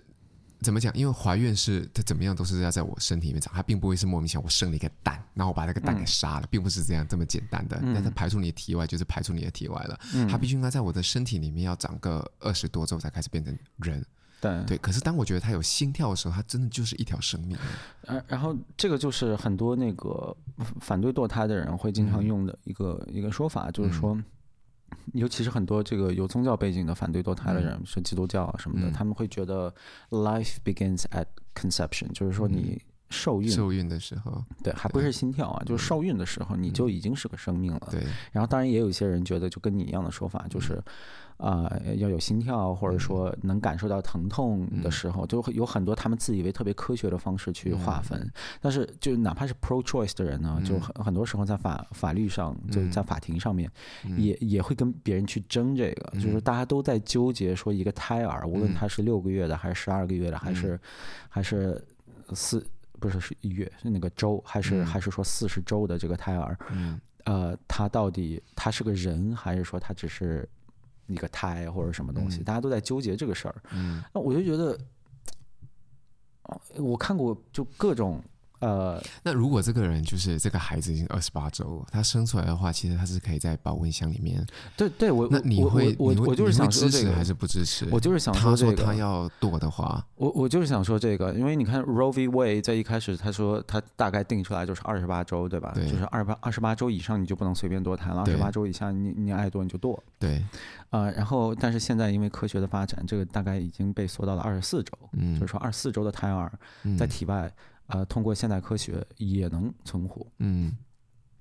S1: 怎么讲？因为怀孕是它怎么样都是要在我身体里面长，它并不会是莫名其妙我生了一个蛋，然后我把那个蛋给杀了，
S2: 嗯
S1: 并不是这样这么简单的。那它排除你的体外就是排除你的体外了，
S2: 嗯
S1: 它必须应该在我的身体里面要长个二十多周才开始变成人。
S2: 对，
S1: 对，可是当我觉得它有心跳的时候，它真的就是一条生命。
S2: 然然后这个就是很多那个反对堕胎的人会经常用的一个、一个说法，就是说，尤其是很多这个有宗教背景的反对堕胎的人，是基督教啊什么的，他们会觉得 life begins at conception，就是说你嗯受孕，
S1: 受孕的时候，
S2: 对，还不是心跳啊，就是受孕的时候你就已经是个生命了。
S1: 对，
S2: 然后当然也有一些人觉得就跟你一样的说法，就是，啊、要有心跳或者说能感受到疼痛的时候，就会有很多他们自以为特别科学的方式去划分。但是就哪怕是 pro choice 的人呢，就很很多时候在法法律上，就是在法庭上面，也也会跟别人去争这个，就是大家都在纠结说一个胎儿，无论他是六个月的还是十二个月的，还是还是四。不是是一月，是那个周，还是、还是说四十周的这个胎儿，
S1: 嗯
S2: 呃，他到底他是个人，还是说他只是一个胎或者什么东西，
S1: 嗯
S2: 大家都在纠结这个事儿。
S1: 嗯
S2: 那我就觉得，哦我看过就各种呃，
S1: 那如果这个人就是这个孩子已经二十八周了，他生出来的话，其实他是可以在保温箱里面。
S2: 对对，我
S1: 那你
S2: 呃我
S1: 会，
S2: 我
S1: 你
S2: 我
S1: 会
S2: 我就是
S1: 你会
S2: 想说
S1: 支
S2: 这
S1: 持还
S2: 个，
S1: 是不支持？
S2: 我就是想
S1: 他
S2: 这
S1: 说
S2: 个
S1: 他，要剁的话，
S2: 我我就是想说这个，因为你看 Roe v. Wade 在一开始他说他大概定出来就是二十八周，对吧？
S1: 对
S2: 就是二十八二十八周以上你就不能随便多谈了，二
S1: 对
S2: 十八周以下你你爱多你就多。
S1: 对，
S2: 呃，然后但是现在因为科学的发展，这个大概已经被缩到了二十四周，
S1: 嗯，
S2: 就是说二十四周的胎儿
S1: 嗯
S2: 在体外，呃，通过现代科学也能存活。
S1: 嗯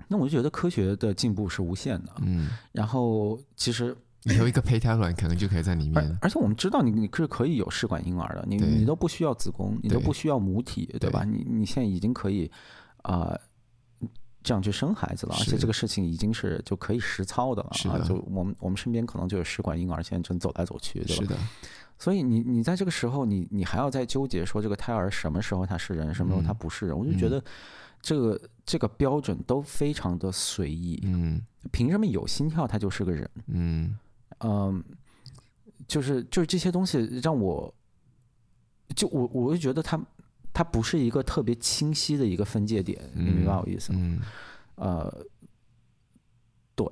S2: 那我就觉得科学的进步是无限的。 (laughs)
S1: 嗯，
S2: 然后其实，
S1: 以后一个胚胎卵可能就可以在里
S2: 而
S1: 面。
S2: 而且我们知道你你是可以有试管婴儿的，你
S1: 对
S2: 你都不需要子宫，你都
S1: 对
S2: 不需要母体，对吧？你你现在已经可以，呃。这样去生孩子了，而且
S1: 是
S2: 这个事情已经是就可以实操的了
S1: 是
S2: 啊！
S1: 的
S2: 就我们我们身边可能就有试管婴儿，现在正走来走去， (laughs) 对吧
S1: 是？的，
S2: 所以你你在这个时候你，你还要在纠结说这个胎儿什么时候他是人，什么时
S1: 嗯
S2: 候他不是人，我就觉得这个这个标准都非常的随意。
S1: 嗯
S2: 凭什么有心跳他就是个人？
S1: 嗯
S2: 嗯，就是就是这些东西让我，就我我就觉得他他不是一个特别清晰的一个分界点，你明白我意思吗？
S1: 嗯
S2: 呃，对，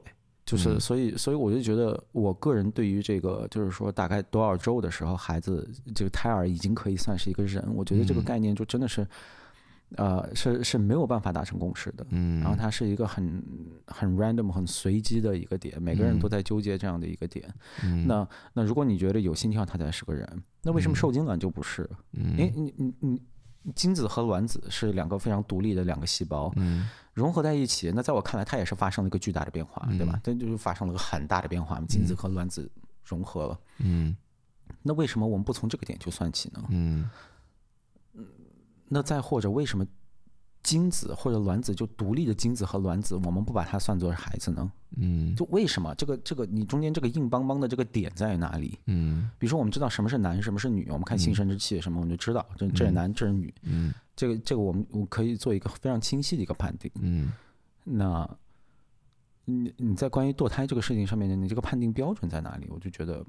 S2: 就是
S1: 嗯
S2: 所以所以我就觉得，我个人对于这个就是说大概多少周的时候，孩子这个胎儿已经可以算是一个人，我觉得这个
S1: 嗯
S2: 概念就真的是，呃，是是没有办法达成共识的。
S1: 嗯，
S2: 然后它是一个很很 random、很随机的一个点，每个人都
S1: 嗯
S2: 在纠结这样的一个点。
S1: 嗯
S2: 那那如果你觉得有心跳它才是个人，那为什么
S1: 嗯
S2: 受精卵就不是？因为
S1: 嗯
S2: 你你你你精子和卵子是两个非常独立的两个细胞，
S1: 嗯
S2: 融合在一起，那在我看来，它也是发生了一个巨大的变化，
S1: 嗯
S2: 对吧？这就是发生了个很大的变化，精子和卵子融合了。
S1: 嗯
S2: 那为什么我们不从这个点就算起呢？
S1: 嗯
S2: 那再或者，为什么精子或者卵子就独立的精子和卵子，我们不把它算作是孩子呢？
S1: 嗯
S2: 就为什么这个这个你中间这个硬邦邦的这个点在哪里？
S1: 嗯
S2: 比如说，我们知道什么是男，什么是女，我们看性生殖器什么，我们就知道这这是男，这是女。
S1: 嗯
S2: 这个这个我们我可以做一个非常清晰的一个判定。
S1: 嗯
S2: 那你你在关于堕胎这个事情上面，你这个判定标准在哪里？我就觉得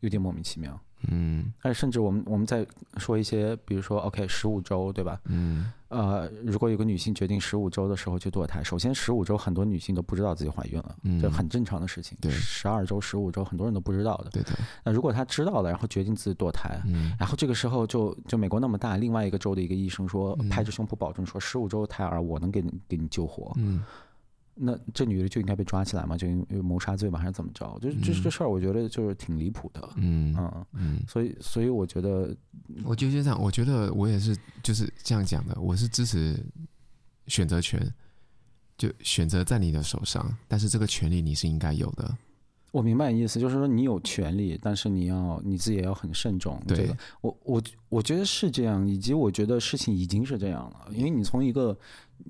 S2: 有点莫名其妙。
S1: 嗯
S2: 而甚至我们我们在说一些，比如说 OK 十五周对吧？
S1: 嗯，
S2: 呃，如果有个女性决定十五周的时候去堕胎，首先十五周很多女性都不知道自己怀孕了，这很正常的事情。
S1: 嗯对
S2: 十二周、十五周很多人都不知道的。
S1: 对的，
S2: 那如果她知道了，然后决定自己堕胎，
S1: 嗯
S2: 然后这个时候就就美国那么大，另外一个州的一个医生说，
S1: 嗯
S2: 拍着胸脯保证说，十五周胎儿我能给你给你救活。
S1: 嗯
S2: 那这女的就应该被抓起来嘛，就因为谋杀罪嘛，还是怎么着？就是这这事儿，我觉得就是挺离谱的，
S1: 嗯
S2: 嗯，
S1: 嗯。
S2: 所以所以我觉得，
S1: 我觉得就这样，我觉得我也是就是这样讲的，我是支持选择权，就选择在你的手上，但是这个权利你是应该有的。
S2: 我明白你意思，就是说你有权利，但是你要你自己也要很慎重。
S1: 对
S2: 这个我我我觉得是这样，以及我觉得事情已经是这样了，因为你从一个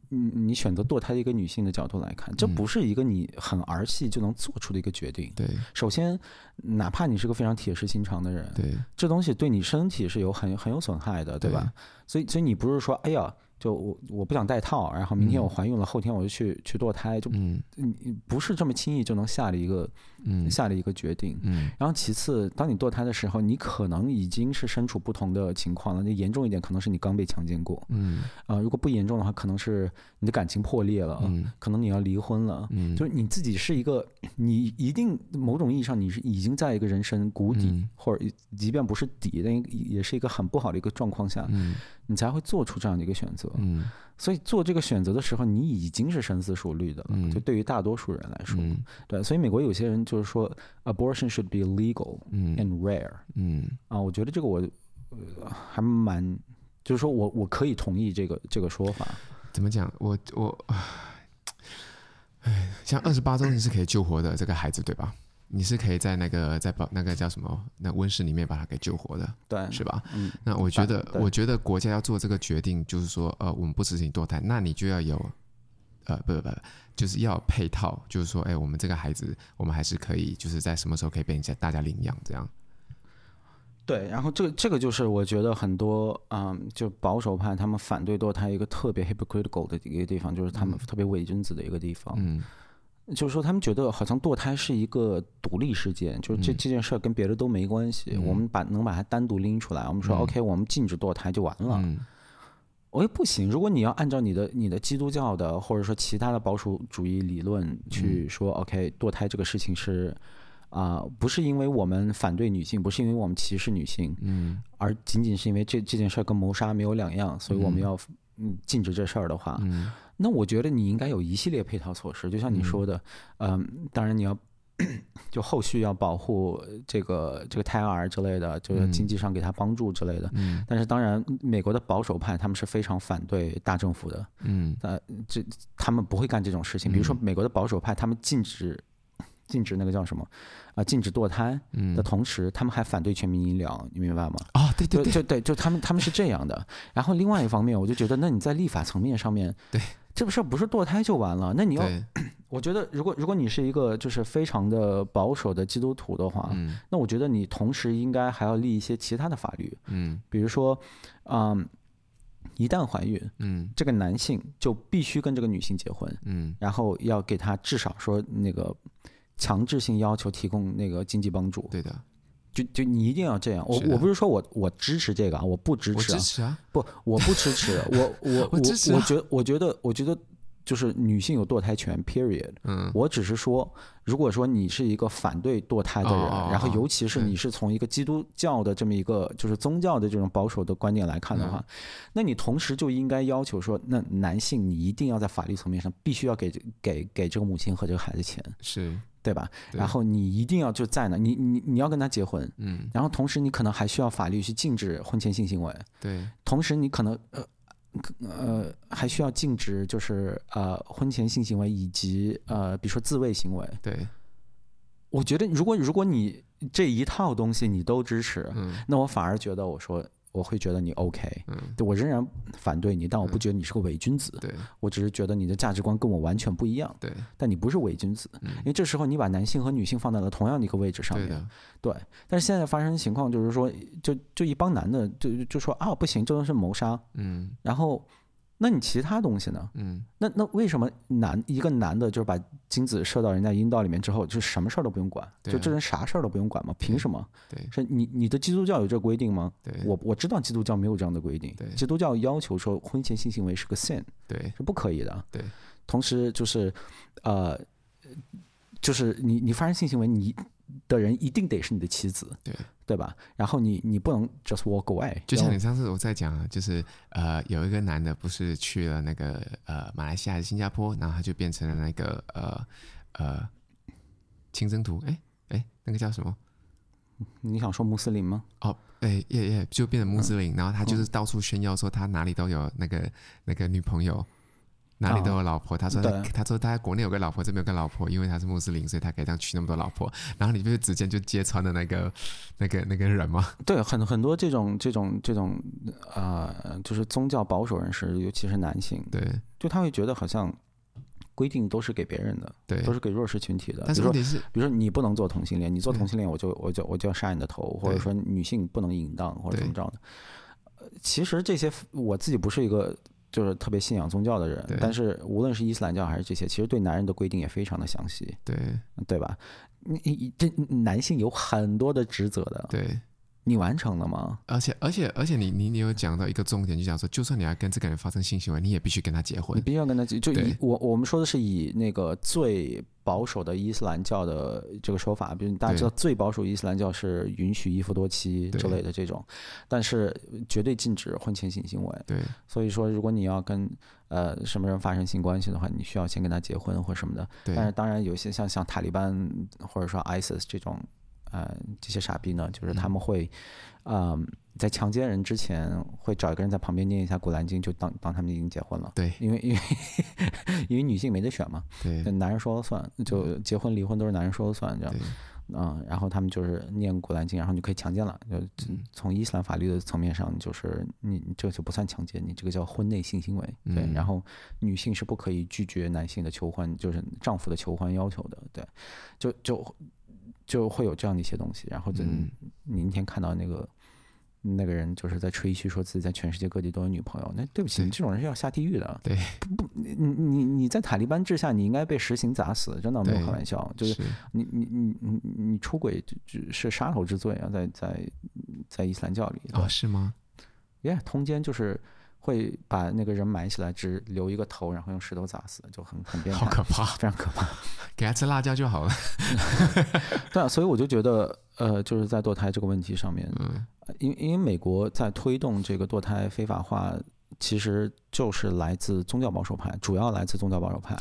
S2: 你你选择堕胎的一个女性的角度来看，这
S1: 嗯
S2: 不是一个你很儿戏就能做出的一个决定。
S1: 对
S2: 首先，哪怕你是个非常铁石心肠的人，
S1: 对，
S2: 这东西对你身体是有很很有损害的，对吧？所以，所以你不是说，哎呀，就我我不想戴套，然后明天我怀孕了，后天我就去去堕胎，就
S1: 嗯
S2: 你不是这么轻易就能下的一个
S1: 嗯
S2: 下的一个决定。
S1: 嗯
S2: 然后其次，当你堕胎的时候，你可能已经是身处不同的情况了。那严重一点，可能是你刚被强奸过，
S1: 嗯
S2: 呃，如果不严重的话，可能是你的感情破裂了，
S1: 嗯
S2: 可能你要离婚了。
S1: 嗯，
S2: 就是你自己是一个，你一定某种意义上你是已经在一个人生谷底，
S1: 嗯
S2: 或者即便不是底，但也是一个很不好的一个状况下，
S1: 嗯
S2: 你才会做出这样的一个选择。
S1: 嗯
S2: 所以做这个选择的时候，你已经是深思熟虑的了。
S1: 嗯
S2: 就对于大多数人来说，
S1: 嗯
S2: 对，所以美国有些人就是说，abortion should be legal
S1: 嗯
S2: and rare
S1: 嗯
S2: 啊，我觉得这个我、呃还蛮，就是说我我可以同意这个这个说法。
S1: 怎么讲？我我，唉，像二十八周你是可以救活的这个孩子，对吧？你是可以在那个在保那个叫什么那温室里面把他给救活的，
S2: 对，
S1: 是吧？
S2: 嗯，
S1: 那我觉得，
S2: 对
S1: 我觉得国家要做这个决定，就是说，呃，我们不执行堕胎，那你就要有，呃，不不不，就是要有配套，就是说，哎，我们这个孩子，我们还是可以，就是在什么时候可以被人家大家领养，这样。
S2: 对，然后这个这个就是我觉得很多嗯，就保守派他们反对堕胎一个特别 hypocritical 的一个地方，就是他们特别伪君子的一个地方。
S1: 嗯
S2: 就是说他们觉得好像堕胎是一个独立事件，就是
S1: 嗯
S2: 这这件事儿跟别的都没关系，我们把能把它单独拎出来，我们说 OK，我们禁止堕胎就完了。
S1: 嗯
S2: 我也不行，如果你要按照你的你的基督教的或者说其他的保守主义理论去说、o k 堕胎这个事情是啊、不是因为我们反对女性，不是因为我们歧视女性，
S1: 嗯
S2: 而仅仅是因为这这件事儿跟谋杀没有两样，所以我们要嗯禁止这事儿的话，
S1: 嗯
S2: 那我觉得你应该有一系列配套措施，就像你说的，嗯、当然你要就后续要保护这个这个胎儿之类的，就是经济上给他帮助之类的。
S1: 嗯
S2: 但是当然，美国的保守派他们是非常反对大政府的，
S1: 嗯
S2: 他们不会干这种事情。比如说，美国的保守派他们禁止禁止那个叫什么啊、禁止堕胎
S1: 嗯
S2: 的同时，他们还反对全民医疗，你明白吗？
S1: 哦，对对
S2: 就
S1: 对，
S2: 就对，就他们他们是这样的。然后另外一方面，我就觉得，那你在立法层面上面，
S1: 对
S2: 这个事儿不是堕胎就完了，那你要，
S1: 对，
S2: 我觉得如果如果你是一个就是非常的保守的基督徒的话，
S1: 嗯
S2: 那我觉得你同时应该还要立一些其他的法律，
S1: 嗯
S2: 比如说，嗯，一旦怀孕，
S1: 嗯
S2: 这个男性就必须跟这个女性结婚，
S1: 嗯
S2: 然后要给他至少说那个强制性要求提供那个经济帮助，
S1: 对的，
S2: 就就你一定要这样。我
S1: 是的
S2: 我不是说我我支持这个啊，我不支
S1: 我
S2: 持、啊
S1: 支，持啊，
S2: 不，我不支持，我我
S1: (laughs) 我支持
S2: 我
S1: 啊
S2: 觉我觉得我觉得就是女性有堕胎权，period。
S1: 嗯
S2: 我只是说，如果说你是一个反对堕胎的人，
S1: 哦哦哦
S2: 然后尤其是
S1: 对
S2: 你是从一个基督教的这么一个就是宗教的这种保守的观点来看的话，
S1: 嗯
S2: 那你同时就应该要求说，那男性你一定要在法律层面上必须要给这给给这个母亲和这个孩子钱，
S1: 是，
S2: 对吧？
S1: 对
S2: 然后你一定要就在那，你你你要跟他结婚，
S1: 嗯
S2: 然后同时你可能还需要法律去禁止婚前性行为。
S1: 对，
S2: 同时你可能呃可呃还需要禁止就是呃婚前性行为以及呃比如说自慰行为。
S1: 对，
S2: 我觉得如果如果你这一套东西你都支持，
S1: 嗯
S2: 那我反而觉得我说。我会觉得你 OK，
S1: 嗯
S2: 对我仍然反对你，但我不觉得你是个伪君子，
S1: 对
S2: 我只是觉得你的价值观跟我完全不一样，
S1: 对
S2: 但你不是伪君子，因为这时候你把男性和女性放在了同样的一个位置上
S1: 嗯对
S2: 面，
S1: 的，
S2: 对，但是现在发生情况就是说，就就一帮男的就就说啊，不行，这都是谋杀，
S1: 嗯
S2: 然后，那你其他东西呢？
S1: 嗯
S2: 那那为什么男一个男的就是把精子射到人家阴道里面之后，就什么事儿都不用管？
S1: 对啊
S2: 就这人啥事儿都不用管吗？凭什么？
S1: 对
S2: 是你你的基督教有这规定吗？
S1: 对
S2: 我我知道基督教没有这样的规定
S1: 对，
S2: 基督教要求说婚前性行为是个 sin，
S1: 对
S2: 是不可以的。
S1: 对，
S2: 同时就是，呃，就是你你发生性行为，你的人一定得是你的妻子，
S1: 对。
S2: 对吧？然后你你不能 just walk away，
S1: 就
S2: 然
S1: 像
S2: 后
S1: 你上次我在讲啊，就是呃，有一个男的不是去了那个呃马来西亚还是新加坡，然后他就变成了那个呃呃清真徒，哎哎，那个叫什么？
S2: 你想说穆斯林吗？
S1: 哦，哎耶耶，就变
S2: 嗯
S1: 成穆斯林，然后他就是到处炫耀说他哪里都有那个那个女朋友。哪里都有老婆，他说他
S2: 啊对
S1: 他说他在国内有个老婆，这边有个老婆，因为他是穆斯林，所以他可以这样娶那么多老婆。然后你不是直接就揭穿的那个那个那个人吗？
S2: 对，很很多这种这种这种呃，就是宗教保守人士，尤其是男性，
S1: 对
S2: 就他会觉得好像规定都是给别人的，
S1: 对
S2: 都，是给弱势群体的。
S1: 但是
S2: 比
S1: 问
S2: 如说，
S1: 题是，
S2: 比如说你不能做同性恋，你做
S1: 对
S2: 同性恋我就我就我就要杀你的头，或者
S1: 对
S2: 说女性不能淫荡或者
S1: 对
S2: 怎么着的。呃其实这些我自己不是一个就是特别信仰宗教的人
S1: 对，
S2: 但是无论是伊斯兰教还是这些，其实对男人的规定也非常的详细，
S1: 对
S2: 对吧？你你这男性有很多的职责的，
S1: 对，
S2: 你完成了吗？
S1: 而且而且而且你你你有讲到一个重点，就讲说，就算你要跟这个人发生性行为，你也必须跟他结
S2: 你
S1: 婚。
S2: 必须要跟他就
S1: 对
S2: 以我我们说的是以那个最保守的伊斯兰教的这个说法，比如大家
S1: 对
S2: 知道最保守伊斯兰教是允许一夫多妻
S1: 对
S2: 之类的这种，但是绝对禁止婚前性行为。
S1: 对
S2: 所以说，如果你要跟呃什么人发生性关系的话，你需要先跟他结婚或什么的。
S1: 对
S2: 但是当然有些像像塔利班或者说 ISIS 这种呃这些傻逼呢，就是他们会嗯、呃在强奸人之前会找一个人在旁边念一下古兰经，就当当他们已经结婚了。
S1: 对
S2: 因为因为 (laughs) 因为女性没得选嘛，
S1: 对嗯
S2: 那男人说了算，就结婚离婚都是男人说了算这样
S1: 对。
S2: 嗯，然后他们就是念古兰经，然后你就可以强奸了。就
S1: 嗯
S2: 从伊斯兰法律的层面上，就是你你这个就不算强奸，你这个叫婚内性行为。对，
S1: 嗯
S2: 然后女性是不可以拒绝男性的求婚，就是丈夫的求婚要求的。对，就就就会有这样的一些东西。然后就
S1: 嗯
S2: 你那天看到那个那个人就是在吹嘘说自己在全世界各地都有女朋友，那对不起，
S1: 对
S2: 你这种人是要下地狱的。
S1: 对，
S2: 不，你你你在塔利班治下，你应该被实刑砸死，真的没有
S1: 对
S2: 开玩笑。就是
S1: 是
S2: 你你你你你出轨只只是杀头之罪啊，在在在伊斯兰教里，
S1: 哦，是吗？
S2: 耶通奸就是会把那个人埋起来，只留一个头，然后用石头砸死，就很很变
S1: 好
S2: 态，
S1: 可怕，
S2: 非常可怕。 (laughs)
S1: 给他吃辣椒就好了。
S2: 对啊，所以我就觉得，呃，就是在堕胎这个问题上面，
S1: 嗯，
S2: 因因为美国在推动这个堕胎非法化，其实就是来自宗教保守派，主要来自宗教保守派。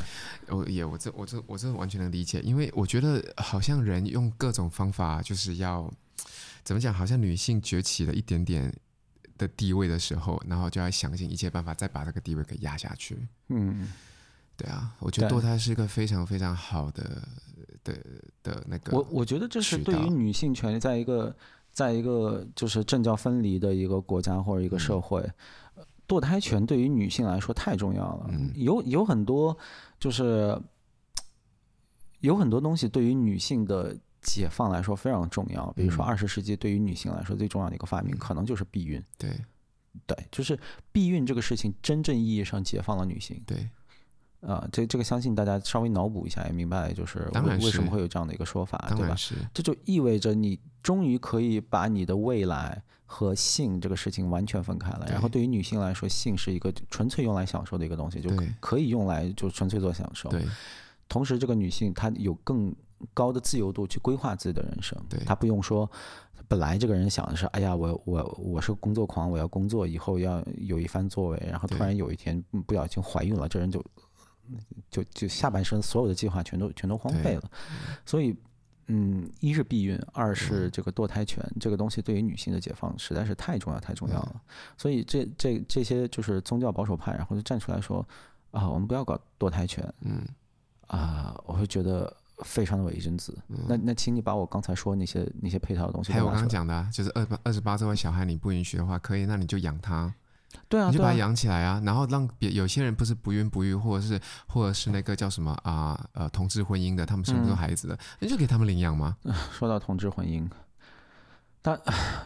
S1: 我也我这我这我这完全能理解，因为我觉得好像人用各种方法就是要怎么讲，好像女性崛起了一点点的地位的时候，然后就要想尽一切办法再把这个地位给压下去。
S2: 嗯，
S1: 对啊，我觉得
S2: 对
S1: 堕胎是一个非常非常好的的的那个。
S2: 我我觉得这是
S1: 渠
S2: 对于
S1: 道
S2: 女性权利，在一个在一个就是政教分离的一个国家或者一个
S1: 嗯
S2: 社会，呃堕胎权对于女性来说太重要了。
S1: 嗯
S2: 有有很多就是有很多东西对于女性的。解放来说非常重要，比如
S1: 嗯
S2: 说二十世纪对于女性来说最重要的一个发明，可能就是避孕。
S1: 对
S2: 对，就是避孕这个事情，真正意义上解放了女性
S1: 对，
S2: 啊、这这个相信大家稍微脑补一下也明白，就是
S1: 当
S2: 为
S1: 然
S2: 为什么
S1: 是
S2: 会有这样的一个说法，
S1: 当
S2: 啊对吧
S1: 然？是
S2: 这就意味着你终于可以把你的未来和性这个事情完全分开了。然后对于女性来说，性是一个纯粹用来享受的一个东西，就可
S1: 对
S2: 可以用来就纯粹做享受。
S1: 对
S2: 同时，这个女性她有更高的自由度去规划自己的人生
S1: 对，
S2: 她不用说，本来这个人想的是，哎呀，我我我是工作狂，我要工作，以后要有一番作为，然后
S1: 对
S2: 突然有一天嗯不小心怀孕了，这人就就就下半生所有的计划全都全都荒废了，所以。嗯，一是避孕，二是这个堕胎权，这个东西对于女性的解放实在是太重要太重要了。所以这这这些就是宗教保守派，然后就站出来说啊，我们不要搞堕胎权，
S1: 嗯
S2: 啊、我会觉得非常的伪君子。那那，请你把我刚才说那些那些配套的东西
S1: 嗯还
S2: 都
S1: 有我
S2: 拿
S1: 刚
S2: 出
S1: 刚讲
S2: 来。
S1: 的、啊，就是二八二十八这位小孩你不允许的话，可以，那你就养他，
S2: 对啊，
S1: 你就
S2: 对
S1: 把
S2: 啊
S1: 他，养起来啊，然后让别有些人不是不孕不育，或者是或者是那个叫什么啊呃同志婚姻的，他们生不出
S2: 嗯
S1: 孩子的，那就给他们领养嘛。
S2: 说到同志婚姻，但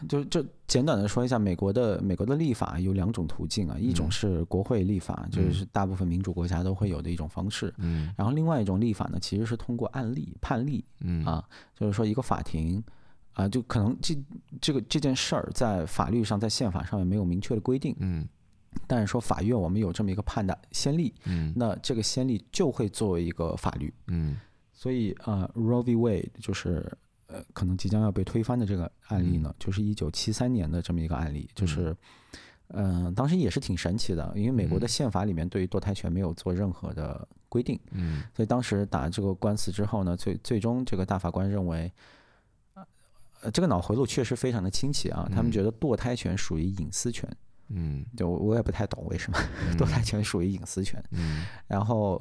S2: 就就简短的说一下，美国的美国的立法有两种途径啊，
S1: 嗯
S2: 一种是国会立法，这、是大部分民主国家都会有的一种方式。
S1: 嗯
S2: 然后另外一种立法呢，其实是通过案例判例
S1: 嗯
S2: 啊，就是说一个法庭啊，就可能这这个这件事儿在法律上在宪法上面没有明确的规定，
S1: 嗯
S2: 但是说法院我们有这么一个判的先例，
S1: 嗯
S2: 那这个先例就会作为一个法律。
S1: 嗯
S2: 所以呃，Roe v. Wade 就是呃，可能即将要被推翻的这个案例呢，就是一九七三年的这么一个案例，就是。嗯、当时也是挺神奇的，因为美国的宪法里面对于堕胎权没有做任何的规定，
S1: 嗯
S2: 所以当时打这个官司之后呢，最最终这个大法官认为，呃，这个脑回路确实非常的清奇啊，他们觉得堕胎权属于隐私权，
S1: 嗯
S2: 就我我也不太懂为什么 (laughs) 堕胎权属于隐私权，
S1: 嗯
S2: 然后，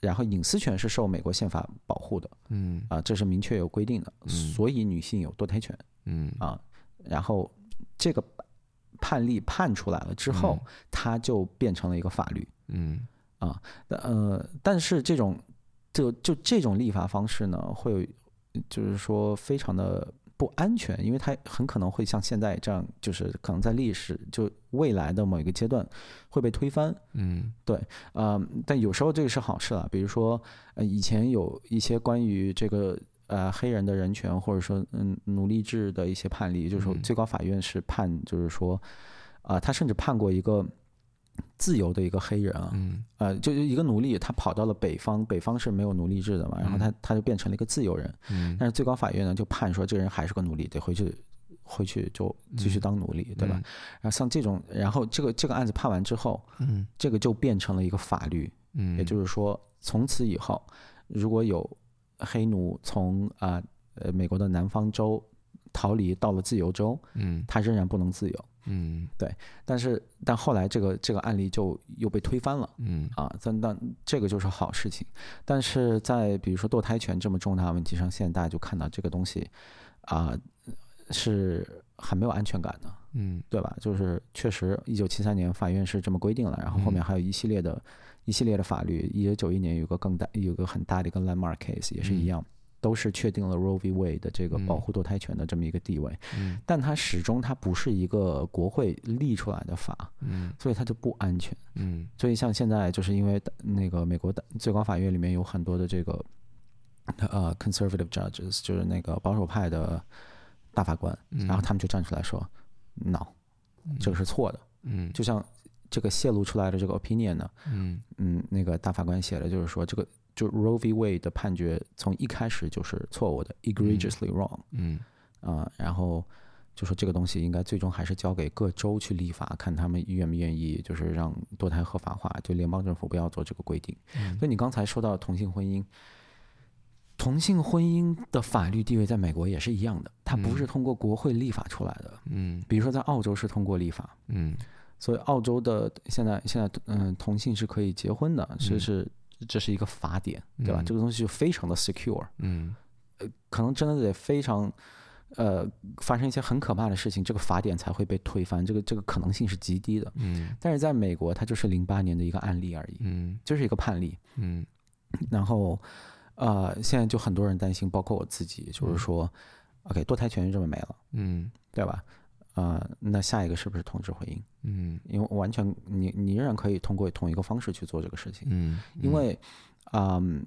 S2: 然后隐私权是受美国宪法保护的
S1: 嗯
S2: 啊、这是明确有规定的，
S1: 嗯
S2: 所以女性有堕胎权
S1: 嗯
S2: 啊、然后这个判例判出来了之后，它就变成了一个法律。
S1: 嗯
S2: 呃，但是这种就就这种立法方式呢，会有就是说非常的不安全，因为它很可能会像现在这样，就是可能在历史就未来的某一个阶段会被推翻。
S1: 嗯
S2: 呃，但有时候这个是好事了，比如说呃，以前有一些关于这个。呃，黑人的人权或者说嗯奴隶制的一些判例，就是说
S1: 嗯
S2: 最高法院是判，就是说，啊、他甚至判过一个自由的一个黑人啊，
S1: 嗯
S2: 呃，就是一个奴隶，他跑到了北方，北方是没有奴隶制的嘛，然后他他就变成了一个自由人，
S1: 嗯，
S2: 但是最高法院呢就判说这个人还是个奴隶，得回去回去就继
S1: 嗯
S2: 续当奴隶，对吧？然后像这种，然后这个这个案子判完之后，
S1: 嗯
S2: 这个就变成了一个法律，
S1: 嗯，
S2: 也就是说，从此以后，如果有黑奴从啊呃美国的南方州逃离到了自由州，
S1: 嗯
S2: 他仍然不能自由。
S1: 嗯
S2: 但是但后来这个这个案例就又被推翻了。
S1: 嗯
S2: 啊，但但这个就是好事情。但是在比如说堕胎权这么重大的问题上，现在大家就看到这个东西啊、是很没有安全感的，
S1: 嗯
S2: 对吧？就是确实，一九七三年法院是这么规定了，然后
S1: 嗯
S2: 后面还有一系列
S1: 嗯
S2: 的、一系列的法律。一九九一年有个更大有个很大的一个 landmark case 也是一样，都是确定了 Roe v. Wade 的这个保护堕胎权的这么一个地位，
S1: 嗯
S2: 但它始终它不是一个国会立出来的法，
S1: 嗯
S2: 所以它就不安全。
S1: 嗯
S2: 所以像现在就是因为那个美国的最高法院里面有很多的这个呃 conservative judges，就是那个保守派的大法官，
S1: 嗯
S2: 然后他们就站出来说，no，这个是错的。
S1: 嗯
S2: 就像这个泄露出来的这个 opinion 呢，
S1: 嗯
S2: 嗯，那个大法官写的就是说这个。就 Roe v. Wade 的判决从一开始就是错误的，egregiously wrong
S1: 嗯
S2: 啊、然后就说这个东西应该最终还是交给各州去立法，看他们愿不愿意，就是让堕胎合法化，就联邦政府不要做这个规定。
S1: 嗯
S2: 所以你刚才说到同性婚姻，同性婚姻的法律地位在美国也是一样的，它不是通过国会立法出来的。
S1: 嗯
S2: 比如说在澳洲是通过立法，
S1: 嗯
S2: 所以澳洲的现在现在嗯、同性是可以结婚的，是是这是一个法典，对吧？
S1: 嗯
S2: 这个东西就非常的 secure。
S1: 嗯
S2: 可能真的得非常，呃，发生一些很可怕的事情，这个法典才会被推翻。这个这个可能性是极低的。
S1: 嗯
S2: 但是在美国，它就是零八年的一个案例而已，
S1: 嗯
S2: 就是一个判例。
S1: 嗯
S2: 然后，呃，现在就很多人担心，包括我自己，就是说，OK，堕胎权就这么没了，
S1: 嗯
S2: 对吧？呃，那下一个是不是同志婚姻？
S1: 嗯
S2: 因为完全你你仍然可以通过同一个方式去做这个事情。
S1: 嗯，
S2: 因为，嗯，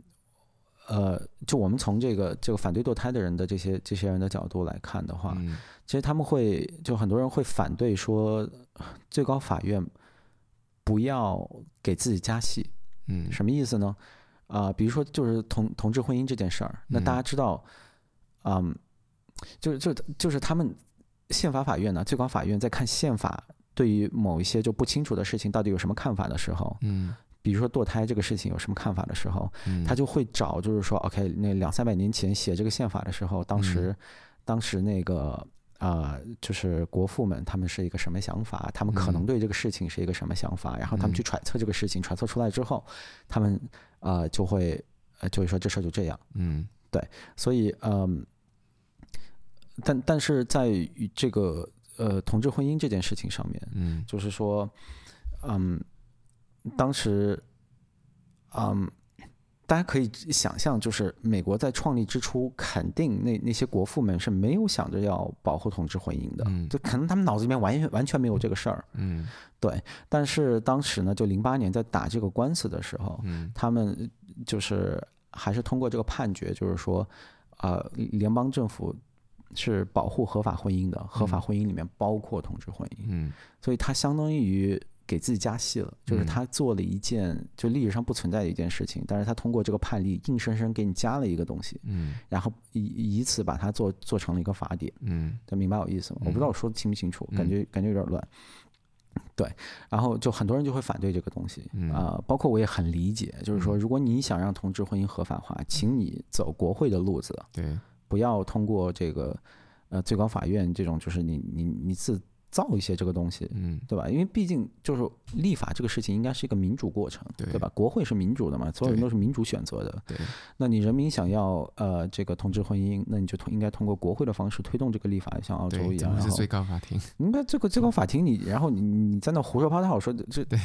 S2: 呃，就我们从这个这个反对堕胎的人的这些这些人的角度来看的话，
S1: 嗯
S2: 其实他们会就很多人会反对说，最高法院不要给自己加戏，
S1: 嗯
S2: 什么意思呢？啊、比如说就是同同志婚姻这件事儿，那大家知道，嗯，就是就就是他们宪法法院呢，最高法院在看宪法对于某一些就不清楚的事情到底有什么看法的时候，
S1: 嗯
S2: 比如说堕胎这个事情有什么看法的时候，
S1: 嗯，
S2: 他就会找，就是说，OK，那两三百年前写这个宪法的时候，当时，当时那个啊、呃就是国父们他们是一个什么想法，他们可能对这个事情是一个什么想法，然后他们去揣测这个事情，揣测出来之后，他们呃就会呃就会说这事儿就这样，
S1: 嗯
S2: 所以嗯、但但是在于这个呃同志婚姻这件事情上面，
S1: 嗯
S2: 就是说，嗯，当时，嗯，大家可以想象，就是美国在创立之初，肯定那那些国父们是没有想着要保护同志婚姻的，
S1: 嗯
S2: 就可能他们脑子里面完全完全没有这个事儿。
S1: 嗯
S2: 但是当时呢，就零八年在打这个官司的时候，
S1: 嗯
S2: 他们就是还是通过这个判决，就是说，呃，联邦政府是保护合法婚姻的，合法婚姻里面包括同志婚姻。
S1: 嗯
S2: 所以他相当于给自己加戏了，就是他做了一件就历史上不存在的一件事情，但是他通过这个判例硬生生给你加了一个东西，
S1: 嗯
S2: 然后以以此把它做做成了一个法典，
S1: 嗯
S2: 他明白我意思吗？我不知道我说的清不清楚，
S1: 嗯
S2: 感觉感觉有点乱。对，然后就很多人就会反对这个东西
S1: 嗯
S2: 啊、包括我也很理解，就是说，如果你想让同志婚姻合法化，
S1: 嗯
S2: 请你走国会的路子，
S1: 对，
S2: 不要通过这个呃最高法院这种，就是你你你自造一些这个东西，
S1: 嗯
S2: 对吧？因为毕竟就是立法这个事情应该是一个民主过程，
S1: 对
S2: 对吧？国会是民主的嘛，所有人
S1: 对
S2: 都是民主选择的。
S1: 对，
S2: 那你人民想要呃这个同志婚姻，那你就通应该通过国会的方式推动这个立法，像澳洲
S1: 对，
S2: 一
S1: 怎
S2: 样。啊
S1: 么
S2: 然
S1: 是
S2: 后
S1: 最高法
S2: (laughs)
S1: 庭？
S2: 应该这个最高法庭你，然后你你在那胡说八道说这对，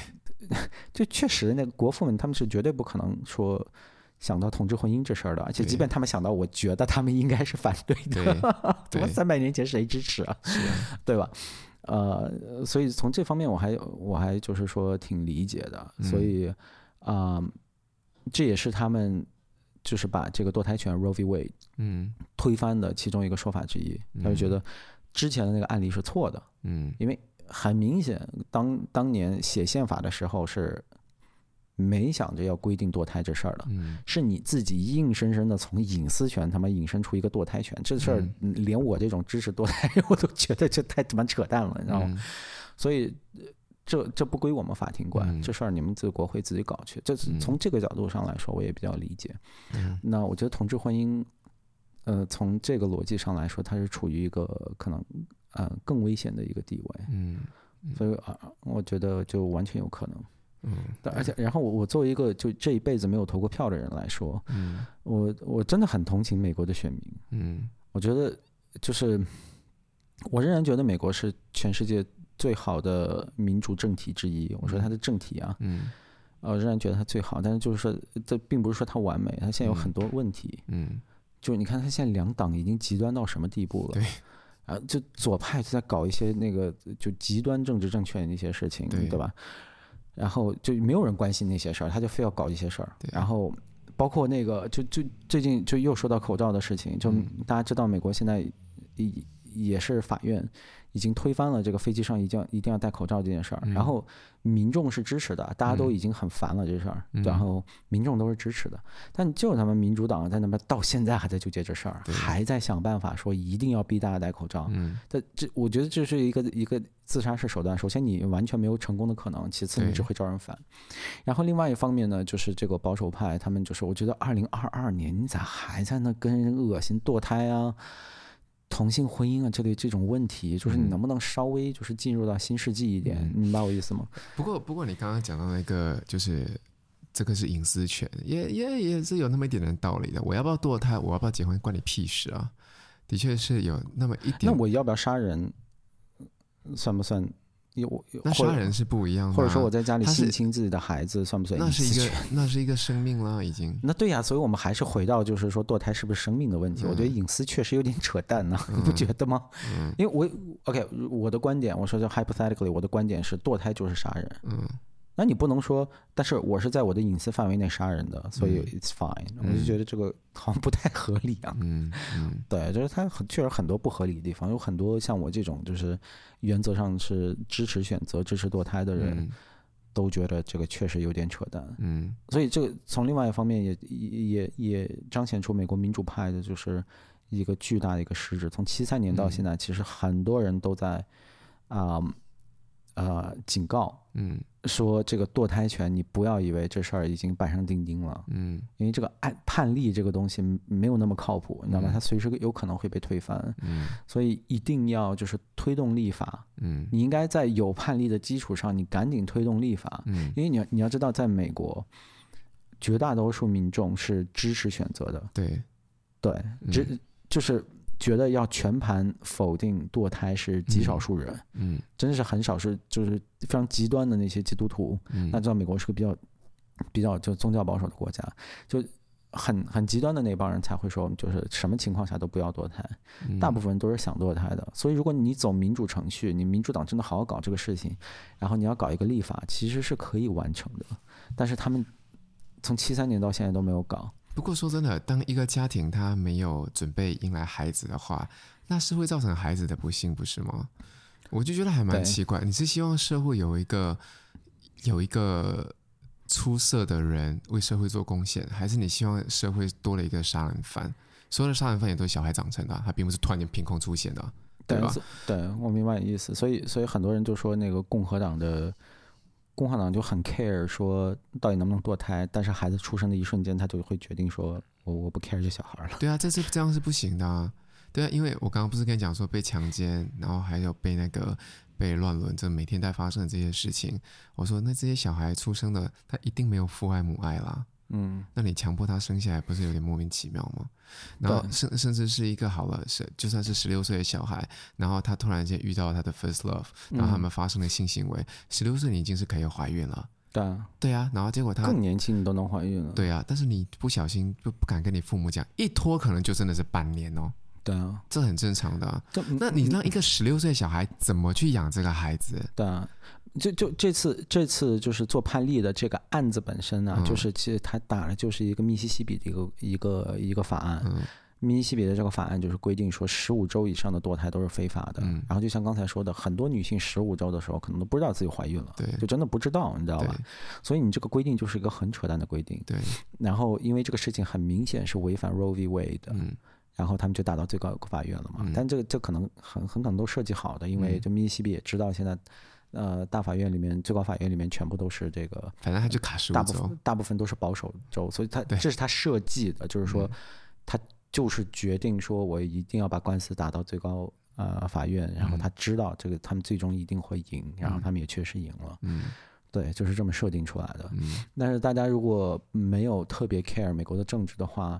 S2: 就确实那个国父们他们是绝对不可能说。想到同志婚姻这事儿的，而且
S1: 对
S2: 即便他们想到，我觉得他们应该是反对的。 (laughs)
S1: 对
S2: 怎
S1: 对，
S2: 么三百年前谁支持啊？
S1: 是啊，
S2: (laughs) 对吧？呃，所以从这方面我还我还就是说挺理解的，
S1: 嗯
S2: 所以啊、这也是他们就是把这个堕胎权 Roe v. Wade
S1: 嗯
S2: 推翻的其中一个说法之一。他就觉得之前的那个案例是错的，
S1: 嗯
S2: 因为很明显，当当年写宪法的时候是没想着要规定堕胎这事儿的。
S1: 嗯
S2: 是你自己硬生生的从隐私权他妈引申出一个堕胎权，这事儿嗯连我这种支持堕胎我都觉得这太他妈扯淡了，你知道吗？
S1: 嗯
S2: 所以呃这这不归我们法庭管，
S1: 嗯
S2: 这事儿你们自国会自己搞去。这是
S1: 嗯
S2: 从这个角度上来说，我也比较理解。
S1: 嗯
S2: 那我觉得同志婚姻，呃，从这个逻辑上来说，它是处于一个可能呃更危险的一个地位，
S1: 嗯
S2: 所以啊、我觉得就完全有可能。
S1: 嗯
S2: 但而且，然后我我作为一个就这一辈子没有投过票的人来说，
S1: 嗯
S2: 我我真的很同情美国的选民。
S1: 嗯
S2: 我觉得就是，我仍然觉得美国是全世界最好的民主政体之一。我说它的政体啊，
S1: 嗯
S2: 呃，仍然觉得它最好，但是就是说，这并不是说它完美，它现在有很多问题。
S1: 嗯
S2: 就是你看他现在两党已经极端到什么地步了？
S1: 对。
S2: 啊，就左派就在搞一些那个就极端政治正确的那些事情，
S1: 对
S2: 对吧？然后就没有人关心那些事儿，他就非要搞这些事儿
S1: 对。
S2: 然后包括那个，就就最近就又说到口罩的事情，就
S1: 嗯
S2: 大家知道美国现在也也是法院已经推翻了这个飞机上一定要一定要戴口罩这件事儿，
S1: 嗯
S2: 然后民众是支持的，大家都已经很烦了这事儿，
S1: 嗯
S2: 然后民众都是支持的，但就是他们民主党在那边到现在还在纠结这事儿，还在想办法说一定要逼大家戴口罩，
S1: 嗯，
S2: 但这我觉得这是一个一个自杀式手段。首先，你完全没有成功的可能；其次，
S1: 对
S2: 你只会招人烦。然后，另外一方面呢，就是这个保守派，他们就是我觉得二零二二年你咋还在那跟人恶心堕胎啊、同性婚姻啊这类这种问题？就是你能不能稍微就是进入到新世纪一
S1: 嗯
S2: 点？你明白我意思吗？
S1: 不过，不过你刚刚讲到那个，就是这个是隐私权，也也也是有那么一点点道理的。我要不要堕胎，我要不要结婚，关你屁事啊！的确是有那么一点
S2: 那，我要不要杀人？算不算？有
S1: 那
S2: 或者
S1: 杀人是不一样的啊、
S2: 或者说我在家里
S1: 他是
S2: 性侵自己的孩子，算不算
S1: 那
S2: 隐
S1: 是
S2: 私
S1: 一
S2: 权？
S1: 个那是一个生命啦，已经。
S2: 那对呀、所以我们还是回到就是说堕胎是不是生命的问题。我觉得
S1: 嗯
S2: 隐私确实有点扯淡呢、 (laughs) 你不觉得吗？因为我 OK，我的观点，我说就 hypothetically，我的观点是堕胎就是杀人。
S1: 嗯，
S2: 那你不能说，但是我是在我的隐私范围内杀人的，所以 it's fine、我就觉得这个好像不太合理啊。
S1: 嗯嗯，
S2: 对，就是它很确实很多不合理的地方，有很多像我这种就是原则上是支持选择、支持堕胎的人，
S1: 嗯
S2: 都觉得这个确实有点扯淡。
S1: 嗯
S2: 所以这个从另外一方面也也也也彰显出美国民主派的就是一个巨大的一个失职。从七三年到现在，其实很多人都在啊呃警告
S1: 嗯
S2: 说，这个堕胎权你不要以为这事儿已经板上钉钉了，
S1: 嗯
S2: 因为这个案判例这个东西没有那么靠谱，你知道吗？它随时有可能会被推翻，
S1: 嗯
S2: 所以一定要就是推动立法。
S1: 嗯
S2: 你应该在有判例的基础上，你赶紧推动立法。
S1: 嗯，
S2: 因为你要你要知道，在美国，绝大多数民众是支持选择的，
S1: 对，嗯
S2: 对，只就是觉得要全盘否定堕胎是极少数人，
S1: 嗯
S2: 真的是很少是就是非常极端的那些基督徒。
S1: 嗯
S2: 那知道美国是个比较比较就宗教保守的国家，就。很很极端的那帮人才会说，就是什么情况下都不要堕胎。
S1: 嗯
S2: 大部分人都是想堕胎的，所以如果你走民主程序，你民主党真的好好搞这个事情，然后你要搞一个立法，其实是可以完成的。但是他们从七三年到现在都没有搞，
S1: 不过说真的，当一个家庭他没有准备迎来孩子的话，那是会造成孩子的不幸，不是吗？我就觉得还蛮
S2: 对
S1: 奇怪。你是希望社会有一个有一个出色的人为社会做贡献，还是你希望社会多了一个杀人犯？所有的杀人犯也都是小孩长成的啊、他并不是突然间凭空出现的啊，对吧？
S2: 所对我明白你意思，所以所以很多人就说那个共和党的共和党就很 care 说到底能不能堕胎，但是孩子出生的一瞬间，他就会决定说我我不 care 这小孩
S1: (laughs)
S2: 了。
S1: 对啊，这是这样是不行的、啊。对啊，因为我刚刚不是跟你讲说被强奸，然后还有被那个被乱伦，这每天在发生的这些事情，我说那这些小孩出生的，他一定没有父爱母爱啦。
S2: 嗯，
S1: 那你强迫他生下来，不是有点莫名其妙吗？然后
S2: 对
S1: 甚甚至是一个好了，是就算是十六岁的小孩，然后他突然间遇到了他的 first love，然后他
S2: 嗯
S1: 们发生了性行为，十六岁你已经是可以怀孕了，
S2: 对啊，
S1: 对啊，然后结果他
S2: 更年轻你都能怀孕了。
S1: 对啊，但是你不小心就不敢跟你父母讲，一拖可能就真的是半年哦，
S2: 对啊，
S1: 这很正常的啊、
S2: 这
S1: 那你
S2: 嗯
S1: 让一个十六岁小孩怎么去养这个孩子？
S2: 对啊，就就这次这次就是做判例的这个案子本身呢、
S1: 嗯
S2: 就是其实他打的就是一个密西西比的一个一个一个法案。
S1: 嗯
S2: 密西西比的这个法案就是规定说，十五周以上的堕胎都是非法的。
S1: 嗯
S2: 然后就像刚才说的，很多女性十五周的时候可能都不知道自己怀孕了，
S1: 对
S2: 就真的不知道，你知道
S1: 对
S2: 吧？所以你这个规定就是一个很扯淡的规定。
S1: 对，
S2: 然后因为这个事情很明显是违反 Roe v. Wade 的，
S1: 嗯
S2: 然后他们就打到最高法院了嘛。
S1: 嗯
S2: 但这个这可能很很可能都设计好的，因为就密西西比也知道现在，呃，大法院里面最高法院里面全部都是这个
S1: 反正他就卡十五
S2: 大部
S1: 周
S2: 分。大部分都是保守州，所以他
S1: 对嗯
S2: 这是他设计的，就是说他就是决定说我一定要把官司打到最高呃法院，然
S1: 嗯
S2: 后他知道这个他们最终一定会赢，然后他们也确实赢了。
S1: 嗯
S2: 对，就是这么设定出来的。
S1: 嗯
S2: 但是大家如果没有特别 care 美国的政治的话，